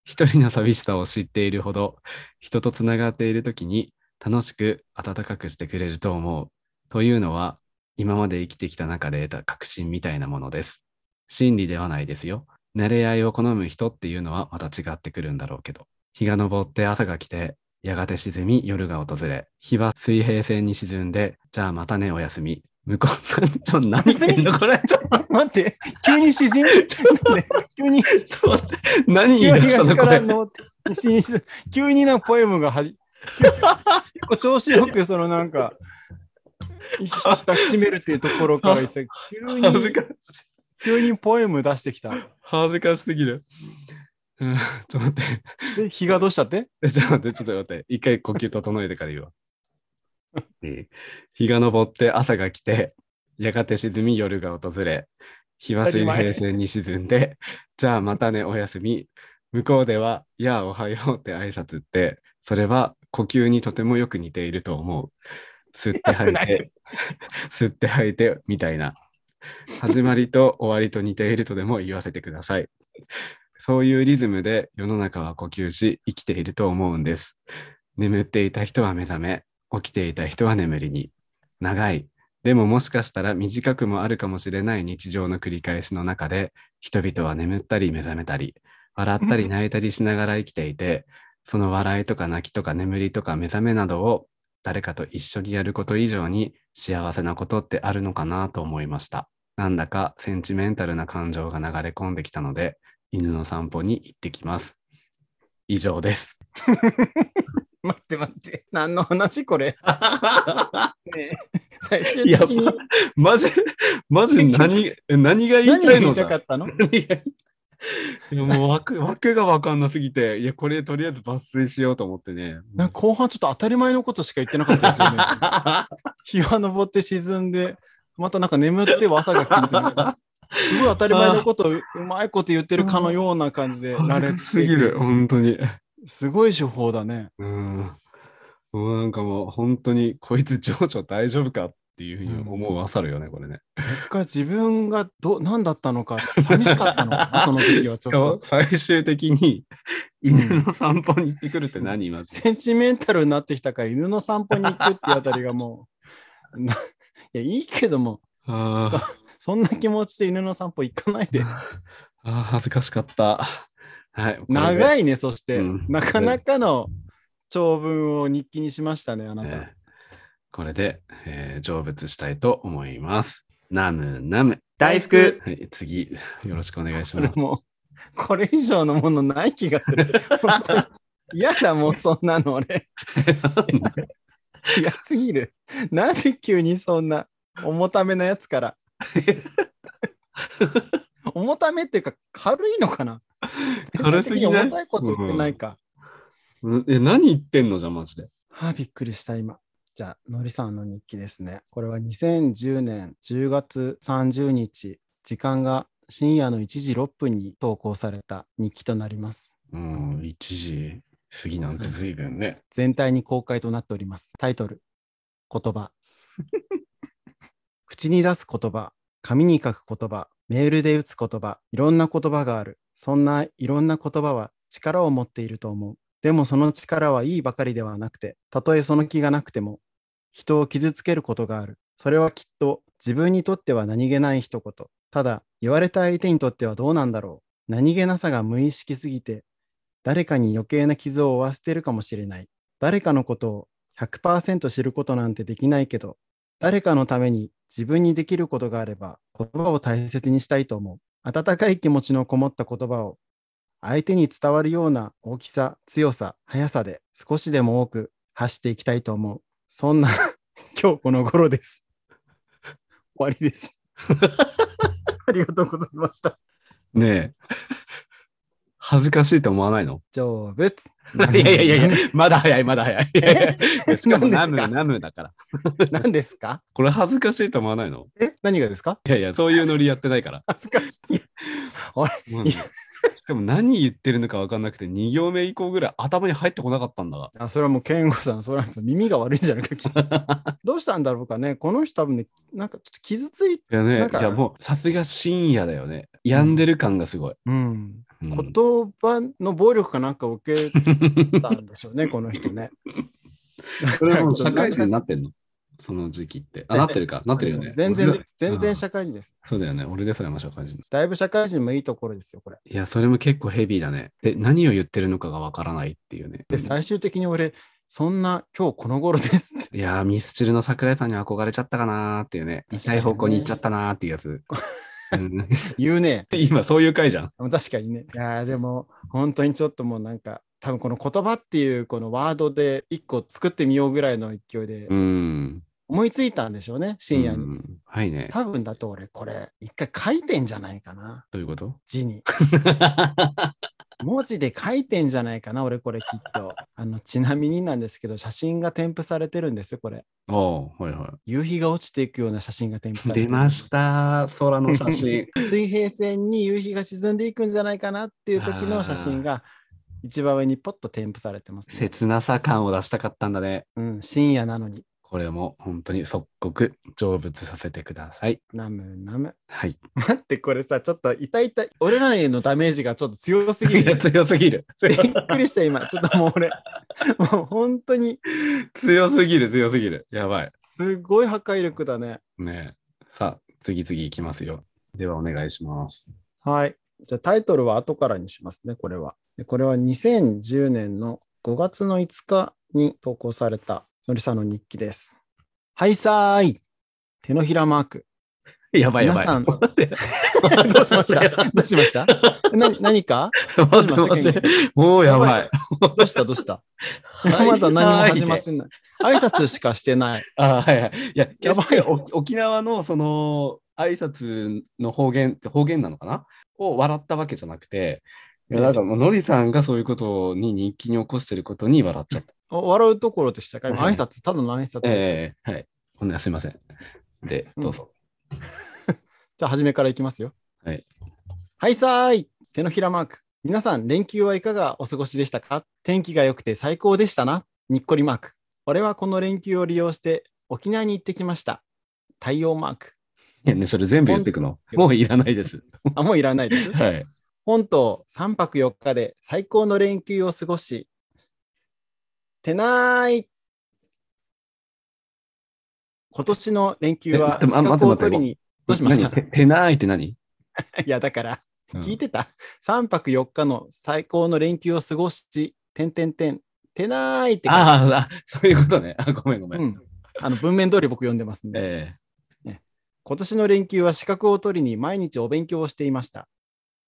Speaker 1: 一人の寂しさを知っているほど、人とつながっているときに楽しく温かくしてくれると思う。というのは、今まで生きてきた中で得た確信みたいなものです。真理ではないですよ。慣れ合いを好む人っていうのはまた違ってくるんだろうけど。日が昇って朝が来て、やがて沈み夜が訪れ、日は水平線に沈んで、じゃあまたねおやすみ。向こう、ちょ、何してんのこれ、ちょ、
Speaker 2: 待って、急に詩人ね急に、
Speaker 1: ちょっと待って、何言い出した
Speaker 2: 東
Speaker 1: の
Speaker 2: か
Speaker 1: こ
Speaker 2: ら
Speaker 1: れ。
Speaker 2: の西にす急になんかポエムがはじ、結構調子よくそのなんか、抱きしめるっていうところから急
Speaker 1: 恥ず
Speaker 2: に、
Speaker 1: かしい。
Speaker 2: 急にポエム出してきた。
Speaker 1: 恥ずかしすぎる。うん、ちょっと待って。
Speaker 2: で、日がどうしたって
Speaker 1: えちょっと待って、ちょっと待って。一回呼吸整えてから言うわ。うん日が昇って朝が来て、やがて沈み夜が訪れ、日は水平線に沈んで、じゃあまたねおやすみ。向こうでは、やあおはようって挨拶って、それは呼吸にとてもよく似ていると思う。吸って吐い
Speaker 2: な
Speaker 1: て、 吸って吐いてみたいな。始まりと終わりと似ているとでも言わせてください。そういうリズムで世の中は呼吸し生きていると思うんです。眠っていた人は目覚め、起きていた人は眠りに。長い。でももしかしたら短くもあるかもしれない日常の繰り返しの中で、人々は眠ったり目覚めたり、笑ったり泣いたりしながら生きていて、その笑いとか泣きとか眠りとか目覚めなどを誰かと一緒にやること以上に幸せなことってあるのかなと思いました。なんだかセンチメンタルな感情が流れ込んできたので、犬の散歩に行ってきます。以上です。
Speaker 2: 待って待って。何の話これねえ最終的に
Speaker 1: マジ、マジ何、何が言い
Speaker 2: 何
Speaker 1: た
Speaker 2: が
Speaker 1: い
Speaker 2: 言
Speaker 1: の
Speaker 2: いたか
Speaker 1: だ
Speaker 2: ったの
Speaker 1: 何がいやもう枠枠が分かんなすぎて、いや、これとりあえず抜粋しようと思ってね。
Speaker 2: なんか後半ちょっと当たり前のことしか言ってなかったですよね。日は昇って沈んで、またなんか眠っては朝が来るみたいな。すごい当たり前のことをううまいこと言ってるかのような感じで羅
Speaker 1: 慣れ
Speaker 2: 列し
Speaker 1: す
Speaker 2: てい
Speaker 1: ぎ
Speaker 2: く
Speaker 1: る、本当に。
Speaker 2: すごい手法だね。
Speaker 1: うん。もうなんかもう本当に、こいつ情緒大丈夫かっっていうふうに思わさるよね、これね。
Speaker 2: 僕は自分がど、何だったのか、寂しかったの かな、その時はちょっと。
Speaker 1: 最終的に犬の散歩に行ってくるって何今
Speaker 2: センチメンタルになってきたから犬の散歩に行くっていうあたりがもう、ないや、いいけども、
Speaker 1: あー
Speaker 2: そんな気持ちで犬の散歩行かないで。
Speaker 1: あー、恥ずかしかった。はい。い。
Speaker 2: 長いね、そして、
Speaker 1: うん
Speaker 2: なかなかの長文を日記にしましたね、あなた。
Speaker 1: ねこれで、えー成仏したいと思います。ナムナム。
Speaker 4: 大福、
Speaker 1: はい、次、よろしくお願いし
Speaker 2: これ
Speaker 1: ます。
Speaker 2: もう、これ以上のものない気がする。本当に嫌だ、もうそんなの俺。嫌すぎる。なんで急にそんな重ためなやつから。重ためっていうか、軽いのかな
Speaker 1: 軽すぎない
Speaker 2: 全体的に重たいこと言ってないか。
Speaker 1: うん え、何言ってんのじゃん、マジで。
Speaker 2: はあ、びっくりした、今。じゃあ、のりさんの日記ですね。これは2010年10月30日、時間が深夜の1時6分に投稿された日記となります。
Speaker 1: うん、1時過ぎなんて随分ね。
Speaker 2: 全体に公開となっております。タイトル、言葉。口に出す言葉、紙に書く言葉、メールで打つ言葉、いろんな言葉がある。そんないろんな言葉は力を持っていると思う。でもその力はいいばかりではなくて、たとえその気がなくても、人を傷つけることがある。それはきっと自分にとっては何気ない一言。ただ、言われた相手にとってはどうなんだろう。何気なさが無意識すぎて、誰かに余計な傷を負わせているかもしれない。誰かのことを100%知ることなんてできないけど、誰かのために自分にできることがあれば、言葉を大切にしたいと思う。温かい気持ちのこもった言葉を、相手に伝わるような大きさ、強さ、速さで少しでも多く発していきたいと思う。そんな 今日この頃です。終わりです。 ありがとうございました。
Speaker 1: ねえ。恥ずかしいと思わないの
Speaker 2: 成仏。
Speaker 1: いやいやいやいや、まだ早い、まだ 早いいやいや。しかもナ
Speaker 2: 何
Speaker 1: ム
Speaker 2: ですか
Speaker 1: ナムだから。
Speaker 2: 何ですか
Speaker 1: これ恥ずかしいと思わないの
Speaker 2: え何がですか
Speaker 1: いやいや、そういうノリやってないから。
Speaker 2: 恥ずかし
Speaker 1: う
Speaker 2: い。
Speaker 1: んしかも何言ってるのか分かんなくて、2行目以降ぐらい頭に入ってこなかったんだが。
Speaker 2: あそれはもう健吾さん、それはやっぱ耳が悪いんじゃないか、きっとどうしたんだろうかね、この人多分ね、なんかちょっと傷ついて、
Speaker 1: いやね、
Speaker 2: なんか
Speaker 1: いやもうさすが深夜だよね。病んでる感がすごい。
Speaker 2: うん、
Speaker 1: うん
Speaker 2: 言葉の暴力かなんか受けたんでしょうね、この人ね。
Speaker 1: それはもう社会人になってんのその時期って。あ、なってるか。なってるよね。
Speaker 2: 全
Speaker 1: 俺
Speaker 2: 然
Speaker 1: ら、
Speaker 2: 全然社会人です。
Speaker 1: そうだよね。俺でさえも社会人。
Speaker 2: だいぶ社会人もいいところですよ、これ。
Speaker 1: いや、それも結構ヘビーだね。で、何を言ってるのかが分からないっていうね。
Speaker 2: で、最終的に俺、そんな、今日この頃ですって。
Speaker 1: いやー、ミスチルの桜井さんに憧れちゃったかなーっていうね。
Speaker 2: 確
Speaker 1: 痛
Speaker 2: かにね
Speaker 1: い方向に行っちゃったなーっていうや つ。うん
Speaker 2: 言うね。
Speaker 1: 今、そういう回じゃん。
Speaker 2: 確かにね。いやーでも本当にちょっともうなんか多分この言葉っていうこのワードで一個作ってみようぐらいの勢いで
Speaker 1: うん。
Speaker 2: 思いついたんでしょうね、深夜に。
Speaker 1: うんはいね。
Speaker 2: 多分だと俺これ一回書いてんじゃないかな、
Speaker 1: どういう こと
Speaker 2: 字に。文字で書いてんじゃないかな、俺これきっと。あのちなみになんですけど写真が添付されてるんですよ、これ。
Speaker 1: ああ、はいは
Speaker 2: 夕日が落ちていくような写真が添
Speaker 1: い。
Speaker 2: 付されて
Speaker 1: 出
Speaker 2: る。
Speaker 1: ました。空の写真。
Speaker 2: 水平線に夕日が沈んでいくんじゃないかなっていう時の写真が一番上にポッと添付されてますね、
Speaker 1: 切なさ感を出したかったんだね。
Speaker 2: うん、深夜なのに。
Speaker 1: これも本当に即刻成仏させてください。
Speaker 2: ナムナム。
Speaker 1: はい。
Speaker 2: 待って、これさ、ちょっと痛い痛い。俺らへのダメージがちょっと強す ぎ
Speaker 1: いや
Speaker 2: る。
Speaker 1: 強す ぎる。
Speaker 2: びっくりした、今。ちょっともう俺、もう本当に
Speaker 1: 強すぎる、強すぎる。やばい。
Speaker 2: すごい破壊力だね。
Speaker 1: ねえ。さあ、次々いきますよ。ではお願いします。
Speaker 2: はい。じゃあタイトルは後からにしますね、これは。でこれは2010年の5月の5日に投稿されたのりさんの日記です。はいさーい。手のひらマーク。
Speaker 1: やばいやばい。
Speaker 2: 皆さん
Speaker 1: 待って
Speaker 2: どうし ましたどうしましたな何か
Speaker 1: 待って待ってもうやばい。
Speaker 2: どうしたどうした
Speaker 1: はい
Speaker 2: まだ何も始まってない。挨拶しかしてない。
Speaker 1: あはいはい。いや、
Speaker 2: や
Speaker 1: や
Speaker 2: ば
Speaker 1: ば
Speaker 2: い
Speaker 1: い。沖縄のその挨拶の方言って方言なのかなを笑ったわけじゃなくて、いやなんかもうのりさんがそういうことに日記に起こしてることに笑っちゃった。
Speaker 2: お笑うところでしたか今
Speaker 1: は
Speaker 2: 挨
Speaker 1: い
Speaker 2: 拶、ただの挨拶。
Speaker 1: ええはい。ほんならすいません。で、どうぞ。
Speaker 2: じゃあ、初めからいきますよ。
Speaker 1: はい。
Speaker 2: はい、さーい。手のひらマーク。皆さん、連休はいかがお過ごしでしたか天気が良くて最高でしたな。にっこりマーク。俺はこの連休を利用して沖縄に行ってきました。太陽マーク。
Speaker 1: いやね、それ全部言ってくの。もういらない です。
Speaker 2: あ、もういらな いです。
Speaker 1: はい。
Speaker 2: 本島3泊4日で最高の連休を過ごし、てなーい。今年の連休は
Speaker 1: え待って待っ
Speaker 2: 資
Speaker 1: て
Speaker 2: 格を取りに、どうしました
Speaker 1: 何てないって何、
Speaker 2: いや、だから、
Speaker 1: うん
Speaker 2: 聞いてた。3泊4日の最高の連休を過ごし、てんてんてん、てなーいって書いてあ
Speaker 1: ああ、そういうことね。あごめんごめ
Speaker 2: る、
Speaker 1: ん。
Speaker 2: うんあの文面通り僕読んでますんで。
Speaker 1: え
Speaker 2: 今年の連休は資格を取りに毎日お勉強をしていました。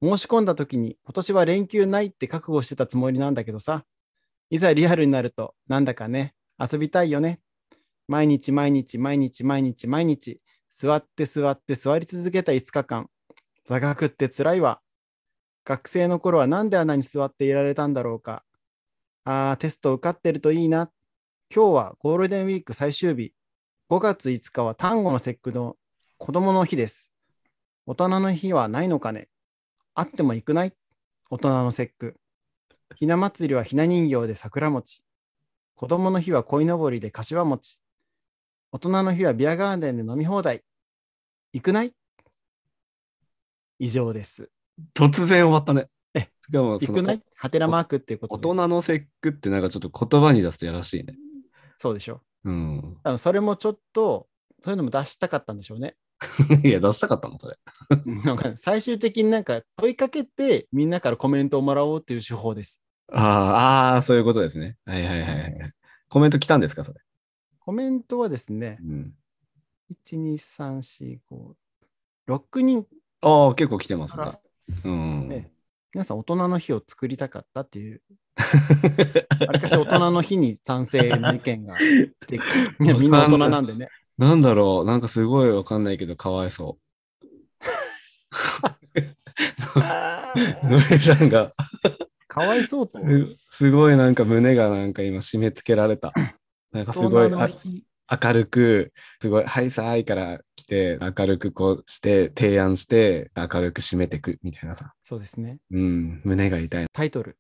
Speaker 2: 申し込んだ時に今年は連休ないって覚悟してたつもりなんだけどさ、いざリアルになるとなんだかね、遊びたいよね。毎日毎日毎日毎日毎日座って座って座り続けた5日間。座学って辛いわ。学生の頃はなんで穴に座っていられたんだろうか。ああ、テスト受かってるといいな。今日はゴールデンウィーク最終日。5月5日は単語の節句の子供の日です。大人の日はないのかねあっても行くない大人の節句。ひな祭りはひな人形で桜餅。子供の日は鯉のぼりで柏餅。大人の日はビアガーデンで飲み放題。行くない以上です。
Speaker 1: え突然終わったね。
Speaker 2: え
Speaker 1: しかもそ
Speaker 2: 行
Speaker 1: の
Speaker 2: くないはてなマークっていうこ
Speaker 1: 大
Speaker 2: とで。
Speaker 1: 人の節句ってなんかちょっと言葉に出すとやらしいね。
Speaker 2: そうでしょ。
Speaker 1: うん。
Speaker 2: 多分それもちょっと、そういうのも出したかったんでしょ うね。
Speaker 1: いや、出したかったの、それ。
Speaker 2: なんか最終的になんか問いかけてみんなからコメントをもらおうっていう手法です。
Speaker 1: ああああ、そういうことですね。はいはいはいはい。コメント来たんですか、それ。
Speaker 2: コメントはですね、
Speaker 1: うん。
Speaker 2: 1,2,3,4,5,6人
Speaker 1: ああ、結構来てます
Speaker 2: か
Speaker 1: ねう
Speaker 2: ら。、
Speaker 1: ん。
Speaker 2: ね皆さん大人の日を作りたかったっ ていう、あれかし大人の日に賛成の意見が来てい やみんな大人なんでね。
Speaker 1: なんだろう、なんかすごいわかんないけど、かわいそう。 ノエさんが、
Speaker 2: かわいそうと。
Speaker 1: すすごいなんか胸がなんか今締め付けられ た。なんかすご
Speaker 2: 大人
Speaker 1: い
Speaker 2: の
Speaker 1: あ
Speaker 2: 日
Speaker 1: 明るく、すごい、はいさーいから来て、明るくこうして、提案して、明るく締めてくみたいなさ。
Speaker 2: そうですね。
Speaker 1: うん、胸が痛い。
Speaker 2: タイトル、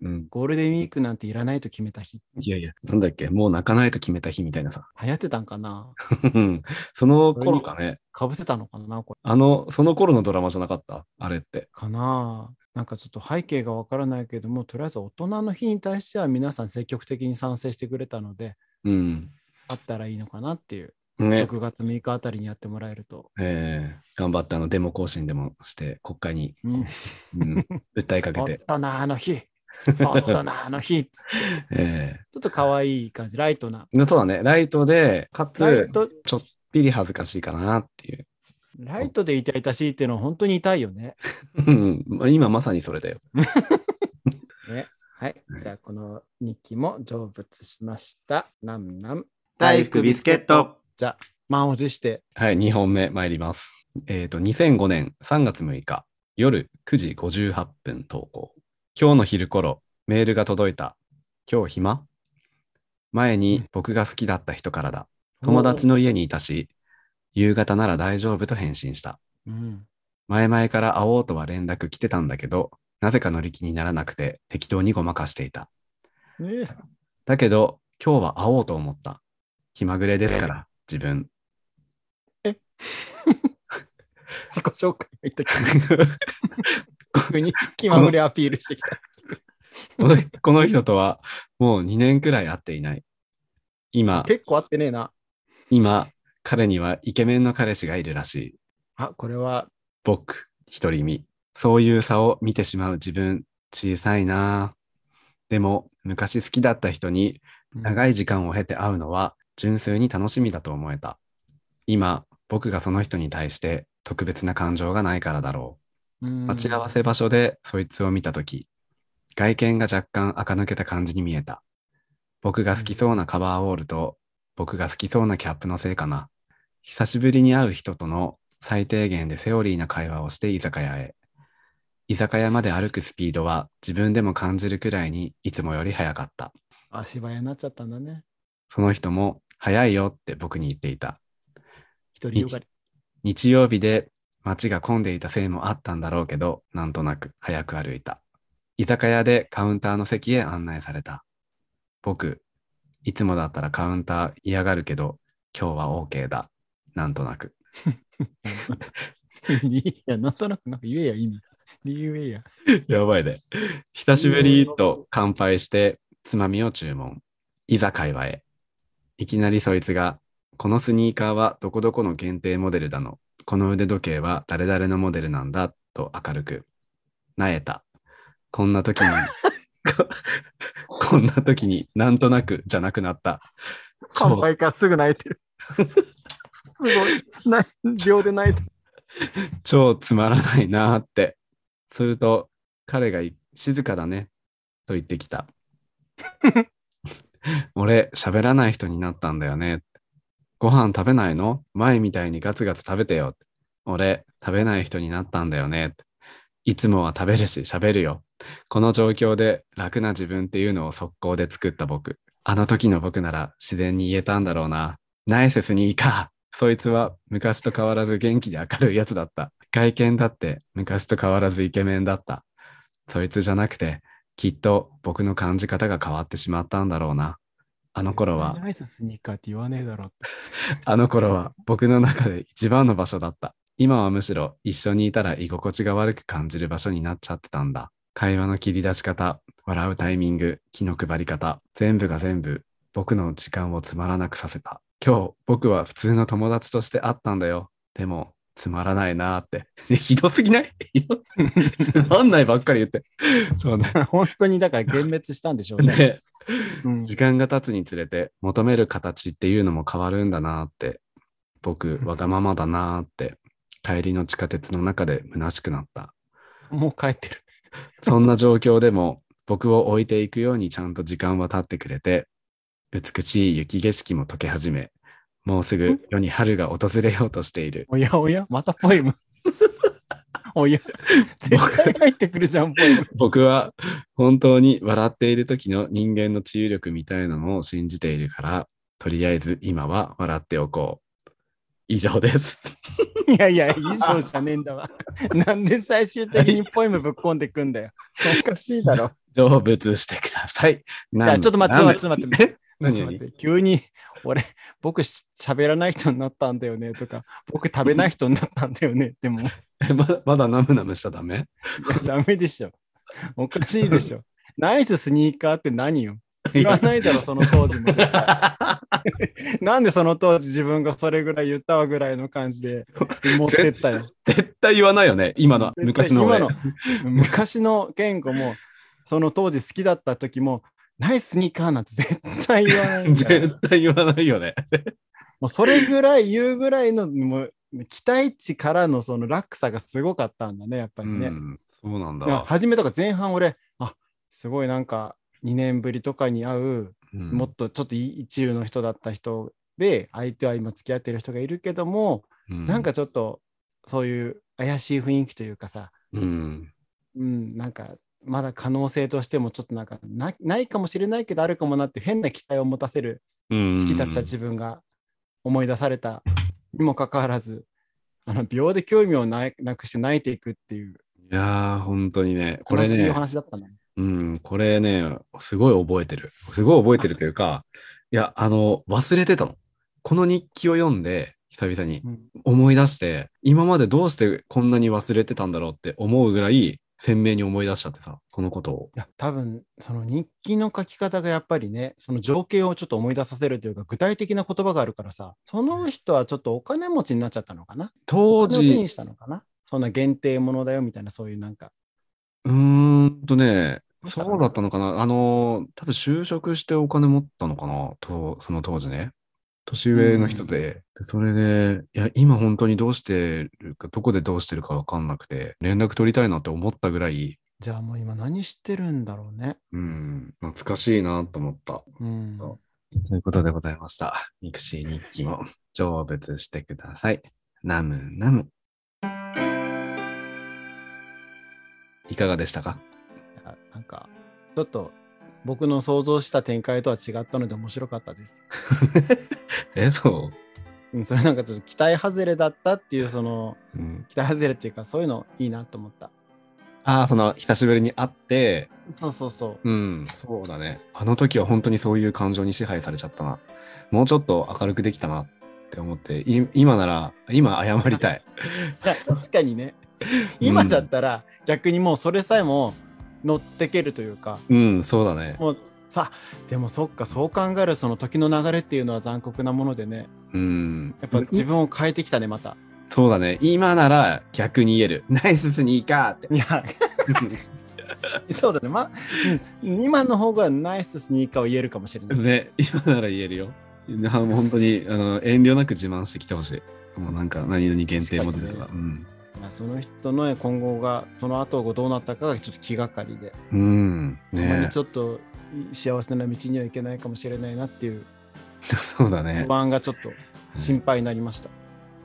Speaker 1: うん。
Speaker 2: ゴールデンウィークなんていらないと決めた日。
Speaker 1: いやいや、なんだっけ、もう泣かないと決めた日みたいなさ。
Speaker 2: 流行ってたんかな
Speaker 1: うんその頃かね。
Speaker 2: かぶせたのかなこれ。
Speaker 1: あの、その頃のドラマじゃなかったあれって。
Speaker 2: かななんかちょっと背景がわからないけども、とりあえず大人の日に対しては皆さん積極的に賛成してくれたので、
Speaker 1: うん。
Speaker 2: あったらいいのかなっていう。
Speaker 1: ね。
Speaker 2: 6月6日あたりにやってもらえると。
Speaker 1: えー頑張ってあのデモ行進でもして国会に、
Speaker 2: うん、
Speaker 1: うん、訴えかけ
Speaker 2: 大
Speaker 1: て、
Speaker 2: 人 の日大人の日ち
Speaker 1: え
Speaker 2: ょっと可愛い感じ、ライトな。
Speaker 1: ーそうだねライトでか
Speaker 2: ラ
Speaker 1: つ
Speaker 2: イト
Speaker 1: ちょっぴり恥ずかしいかなっていう
Speaker 2: ライトで痛々しいっていうのは本当に痛いよね。
Speaker 1: うんまあ今まさにそれだよ
Speaker 2: ねはい。じゃあ、この日記も成仏しました。なんなん。
Speaker 4: 大福ビスケット。
Speaker 2: じゃあ、満を持して、
Speaker 1: はい2本目参りますえっ、と2005年3月6日夜9時58分投稿今日の昼頃メールが届いた今日暇前に僕が好きだった人からだ友達の家にいたし夕方なら大丈夫と返信した
Speaker 2: うん、
Speaker 1: 前々から会おうとは連絡来てたんだけど、なぜか乗り気にならなくて適当にごまかしていた。
Speaker 2: ね
Speaker 1: だけど、今日は会おうと思った。気まぐれですから、自分。
Speaker 2: 自己紹介の時急に気まぐれアピールしてきた。
Speaker 1: このこの人とはもう2年くらい会っていない。今、
Speaker 2: 結構合ってねえな。
Speaker 1: 今、彼にはイケメンの彼氏がいるらしい。
Speaker 2: あ、これは、
Speaker 1: 僕、独り身。そういう差を見てしまう自分、小さいなあでも、昔好きだった人に長
Speaker 2: い。
Speaker 1: い時間を経て会うのは純粋に楽しみだと思えた。今、僕がその人に対して特別な感情がないからだろう。待ち合わせ場所でそいつを見たとき、外見が若干垢抜けた感じに見えた。僕が好きそうなカバーオールと、僕が好きそうなキャップのせいかな。久しぶりに会う人との最低限でセオリーな会話をして居酒屋へ。居酒屋まで歩くスピードは自分でも感じるくらいにいつもより速かった。
Speaker 2: 足早になっちゃったんだね。
Speaker 1: その人も早いよって僕に言っていた。
Speaker 2: 一人よがり。
Speaker 1: 日曜日で街が混んでいたせいもあったんだろうけど、なんとなく早く歩いた。居酒屋でカウンターの席へ案内された。僕、いつもだったらカウンター嫌がるけど、今日は OK だ。なんとなく。
Speaker 2: いや、なんとなくなんか言えや、意味。理由言えや。
Speaker 1: やばいね。久しぶりと乾杯して、つまみを注文。いざ会話へ。いきなりそいつが、このスニーカーはどこどこの限定モデルだの。この腕時計は誰々のモデルなんだ。と明るく。なえた。こんな時に、ここんな時になんとなくじゃなくなった。
Speaker 2: 乾杯か、すぐ泣いてる。すごい。な秒で泣いてる。
Speaker 1: 超つまらないなーって。すると、彼がい静かだね、と言ってきた。俺、喋らない人になったんだよね。ご飯食べないの前みたいにガツガツ食べてよ。俺、食べない人になったんだよね。いつもは食べるし喋るよ。この状況で楽な自分っていうのを速攻で作った僕。あの時の僕なら自然に言えたんだろうな。ナイススニーカーそいつは昔と変わらず元気で明るいやつだった。外見だって昔と変わらずイケメンだった。そいつじゃなくて、きっと僕の感じ方が変わってしまったんだろうな。あの頃は、
Speaker 2: ナイススニーカーって言わねえだろうって。
Speaker 1: あの頃は僕の中で一番の場所だった。今はむしろ一緒にいたら居心地が悪く感じる場所になっちゃってたんだ。会話の切り出し方、笑うタイミング、気の配り方、全部が全部僕の時間をつまらなくさせた。今日僕は普通の友達として会ったんだよ。でもつまらないなーって。 ねひどすぎない ひどつまんないばっかり言って。そうね。
Speaker 2: 本当にだから幻滅したんでしょうね。
Speaker 1: ね
Speaker 2: うん
Speaker 1: 時間が経つにつれて求める形っていうのも変わるんだなーって僕わがままだなーって帰りの地下鉄の中で虚しくなった
Speaker 2: もう帰ってる。
Speaker 1: そんな状況でも僕を置いていくようにちゃんと時間は経ってくれて美しい雪景色も溶け始めもうすぐ世に春が訪れようとしている
Speaker 2: おやおや、またポエム。おや、絶対入ってくるじゃん、ポエム。
Speaker 1: 僕は本当に笑っている時の人間の治癒力みたいなのを信じているからとりあえず今は笑っておこう以上です
Speaker 2: いやいや、以上じゃねえんだわ。なんで最終的にポエムぶっ込んでくんだよ。おかしいだろ。
Speaker 1: 成仏してください。い
Speaker 2: いや、ちょっと待って、ちょっと待って、ちょっと待って。
Speaker 1: 何
Speaker 2: ちょっと
Speaker 1: 何
Speaker 2: 待って急に 俺、僕し喋らない人になったんだよねとか、僕食べない人になったんだよね。で も、い
Speaker 1: え まだまだナムナムしちゃダメ
Speaker 2: やダメでしょ。おかしいでしょ。ナイススニーカーって何よ言わないだろ、その当 時も。なんでその当時自分がそれぐらい言ったわぐらいの感じで持ってったよ。
Speaker 1: 絶対言わないよね。今の、 昔の俺。
Speaker 2: 今の昔の言語も、その当時好きだった時も、ナイススニーカーなんて絶対言わないんだよ。
Speaker 1: 絶対言わないよね。
Speaker 2: もうそれぐらい言うぐらいのもう期待値からのその落差がすごかったんだね、やっぱ
Speaker 1: う
Speaker 2: りね。
Speaker 1: ん、そうなん
Speaker 2: いや
Speaker 1: だ。
Speaker 2: 初めとか前半俺、あすごいなんか2年ぶりとかに会う、
Speaker 1: うん
Speaker 2: もっとちょっといい一流の人だった人で、相手は今付き合ってる人がいるけども、なん、かちょっとそういう怪しい雰囲気というかさ、
Speaker 1: うん、
Speaker 2: うん、なんかまだ可能性としてもちょっとなんかなないかもしれないけどあるかもなって変な期待を持たせる
Speaker 1: うん
Speaker 2: 好きだった自分が思い出されたにもかかわらず、あの秒で興味をななくして泣いていくっていう
Speaker 1: いやー、本当にね、こ
Speaker 2: 悲
Speaker 1: れ
Speaker 2: しいお
Speaker 1: ね、
Speaker 2: 話だったね。
Speaker 1: うん、これね、すごい覚えてる。すごい覚えてるというか、いや、あの、忘れてたの。この日記を読んで、久々に。
Speaker 2: うん
Speaker 1: 思い出して、今までどうしてこんなに忘れてたんだろうって思うぐらい鮮明に思い出しちゃってさ、このことを。
Speaker 2: いや多分その日記の書き方がやっぱりねその情景をちょっと思い出させるというか具体的な言葉があるからさその人はちょっとお金持ちになっちゃったのかな
Speaker 1: 当
Speaker 2: お金を手
Speaker 1: 時
Speaker 2: に、したのかなそんな限定ものだよみたいなそういうなんか
Speaker 1: うーんとね、
Speaker 2: どうしたかな
Speaker 1: そうだったのかな。あの、多分就職してお金持ったのかな、とその当時ね。年上の人で、でそれで、いや、今本当にどうしてるか、どこでどうしてるかわかんなくて、連絡取りたいなって思ったぐらい、
Speaker 2: じゃあもう今何してるんだろうね。
Speaker 1: うん、懐かしいなと思った。
Speaker 2: うん、
Speaker 1: そということでございました。ミクシー日記も成仏してください。ナムナム。いかがでしたか
Speaker 2: あなんかちょっと僕の想像した展開とは違ったので面白かったです。
Speaker 1: え、そ
Speaker 2: うん、それなんかちょっと期待外れだったっていうその
Speaker 1: う、うん、
Speaker 2: 期待外れっていうかそういうのいいなと思った。
Speaker 1: ああ、その、久しぶりに会って、
Speaker 2: そうそうそ
Speaker 1: う
Speaker 2: う。
Speaker 1: ん、そうだね。あの時は本当にそういう感情に支配されちゃったな。もうちょっと明るくできたなっって思って、い今なら、今謝りたい。
Speaker 2: いや確かにね今だったら逆にもうそれさえも乗ってけるというか、
Speaker 1: うん、そうだね。
Speaker 2: もうさでもそっかそう考えるその時の流れっていうのは残酷なものでね
Speaker 1: うん。
Speaker 2: やっぱ自分を変えてきたねまた
Speaker 1: そうだね。今なら逆に言える。ナイススニーカーって。
Speaker 2: い やそうだねまあ、うん今の方がナイススニーカーを言えるかもしれない、
Speaker 1: ね、今なら言えるよ。あもう本当にあの遠慮なく自慢してきてほしい。もうなんか何々限定モデルとか。うん。
Speaker 2: まあその人の今後がその後どうなったかがちょっと気がかりで、
Speaker 1: うん。
Speaker 2: ほんまに
Speaker 1: ね
Speaker 2: ちょっと幸せな道にはいけないかもしれないなっていう
Speaker 1: そうだね
Speaker 2: 不。安がちょっと
Speaker 1: うん
Speaker 2: 心配になりました、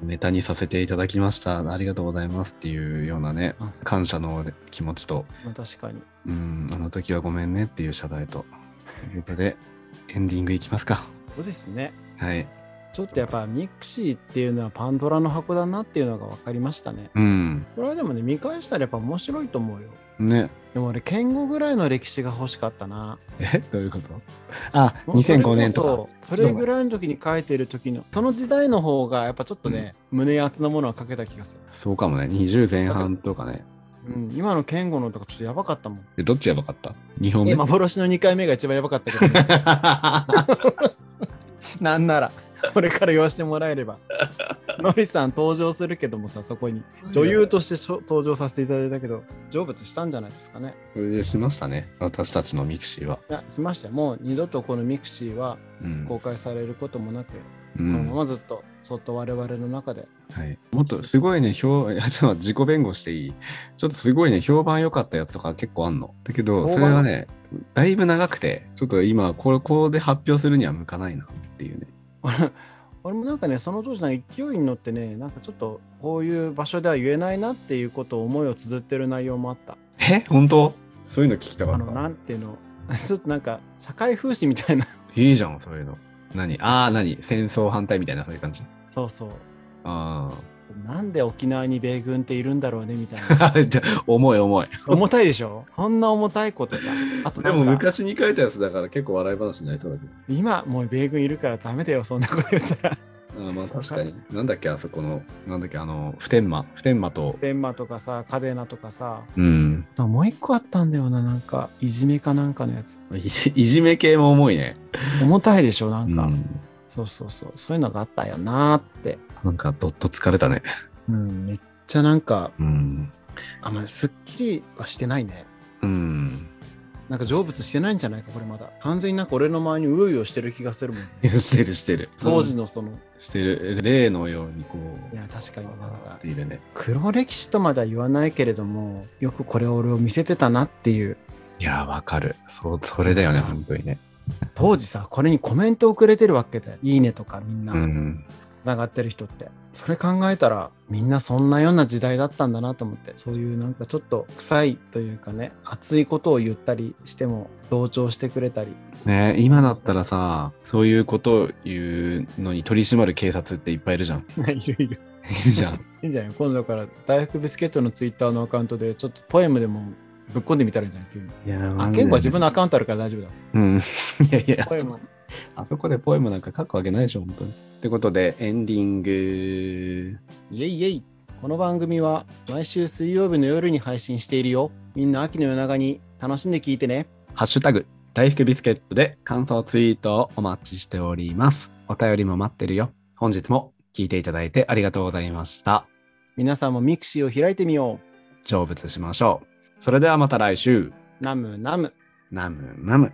Speaker 1: ネタにさせていただきました。ありがとうございますっていうようなね、感謝の気持ちと、
Speaker 2: まあ、確かに
Speaker 1: うん、あの時はごめんねっていう謝罪と。ということで、エンディングいきますか。
Speaker 2: そうですね
Speaker 1: はい。
Speaker 2: ちょっとやっぱミクシーっていうのはパンドラの箱だなっていうのが分かりましたね
Speaker 1: うん。
Speaker 2: これはでもね見返したらやっぱ面白いと思うよ
Speaker 1: ね。
Speaker 2: でも俺剣豪ぐらいの歴史が欲しかったな
Speaker 1: えどういうことあ、2005年と
Speaker 2: かそれぐらいの時に書いてる時のその時代の方がやっぱちょっとね、胸厚なものは書けた気がする
Speaker 1: か。そうかもね。20前半とかね。
Speaker 2: うん、今の剣吾のとかちょっとやばかったもん。
Speaker 1: でどっちやばかった ?2 本目
Speaker 2: え、。幻の2回目が一番やばかったけど、ね、 なんなら、これから言わせてもらえれば。 のりさん登場するけどもさ、そこに。女優としてしょ登場させていただいたけど、成仏したんじゃないですかね。
Speaker 1: これでしましたね。私たちのミクシーは。
Speaker 2: いや、しましたよ。もう二度とこのミクシーは
Speaker 1: うん
Speaker 2: 公開されることもなく、
Speaker 1: う
Speaker 2: この
Speaker 1: ん
Speaker 2: ままずっと、そっと我々の中で。
Speaker 1: はい、もっとすごいね、評いやちょっと自己弁護していいちょっとすごいね、評判良かったやつとか結構あんの。だけど、
Speaker 2: 評判
Speaker 1: それはね、だいぶ長くて、ちょっと今、これ、こうで発表するには向かないなっていうね。
Speaker 2: 俺俺もなんかね、その当時の勢いに乗ってね、なんかちょっとこういう場所では言えないなっていうことを思いを綴ってる内容もあった。
Speaker 1: え本当そういうの聞きたか
Speaker 2: あの、
Speaker 1: っ
Speaker 2: なんていうの、 ちょっとなんか、社会風刺みたいな。
Speaker 1: た。いいじゃん、そういうの。何ああ、何戦争反対みたいな、そういう感じ。
Speaker 2: そうそう。
Speaker 1: あ
Speaker 2: なんで沖縄に米軍っているんだろうねみたい な。
Speaker 1: あ。じゃあ重い重い。
Speaker 2: 重たいでしょそんな重たいことさ。あと
Speaker 1: で
Speaker 2: なんか
Speaker 1: も、昔に書いたやつだから結構笑い話になりそうだけど。
Speaker 2: 今もう米軍いるからダメだよ、そんなこと言ったら。
Speaker 1: あーまあ確かに。なんだっけ、あそこの、なんだっけ、あの、普天間。普天間と。
Speaker 2: デンマとかさ、カデナとかさ。
Speaker 1: うん。
Speaker 2: もう一個あったんだよな、なんか、いじめかなんかのやつ。
Speaker 1: いじ いじめ系も重いね。
Speaker 2: 重たいでしょ、なんか。
Speaker 1: うん
Speaker 2: そうそうそう。そういうのがあったよなーって。
Speaker 1: なんかどっと疲れたね。
Speaker 2: うん、めっちゃなんか、
Speaker 1: うん。
Speaker 2: あんまりすっきりはしてないね。
Speaker 1: うん。
Speaker 2: なんか成仏してないんじゃないか、これまだ。完全になんか俺の周りにうようよしてる気がするもん、ね。
Speaker 1: してるしてる。
Speaker 2: 当時のその、
Speaker 1: してる。例のようにこう。
Speaker 2: いや、確かになんか
Speaker 1: って、いるね。
Speaker 2: 黒歴史とまでは言わないけれども、よくこれを俺を見せてたなっていう、
Speaker 1: いや、わかる。そう、それだよね、本当にね。
Speaker 2: 当時さ、これにコメントをくれてるわけで、いいねとかみんな、
Speaker 1: う
Speaker 2: つ
Speaker 1: ん。
Speaker 2: ながってる人って。それ考えたら、みんなそんなような時代だったんだなと思って、そういうなんかちょっと臭いというかね、熱いことを言ったりしても、同調してくれたり、
Speaker 1: ね今だったらさ、そういうことを言うのに取り締まる警察っていっぱいいるじゃん。
Speaker 2: いろいろ
Speaker 1: いるじゃん。
Speaker 2: いいんじゃない今度だから大福ビスケットのツイッターのアカウントでちょっとポエムでもぶっ込んでみたらいいんじゃない急に。
Speaker 1: いや、
Speaker 2: あ、ケンゴは自分のアカウントあるから大丈夫だ。
Speaker 1: うん。 いやいや、
Speaker 2: ポエム。
Speaker 1: あそこでポエムなんか書くわけないでしょ、本当に。ってことで、エンディング。
Speaker 2: イエイイエイ。この番組は毎週水曜日の夜に配信しているよ。みんな秋の夜長に楽しんで聞いてね。
Speaker 1: ハッシュタグ、大福ビスケットで感想ツイートをお待ちしております。お便りも待ってるよ。本日も聞いていただいてありがとうございました。
Speaker 2: 皆さんもミクシーを開いてみよ
Speaker 1: 成仏しましょう。それではまた来週。
Speaker 2: う。ナムナム。
Speaker 1: ナムナム。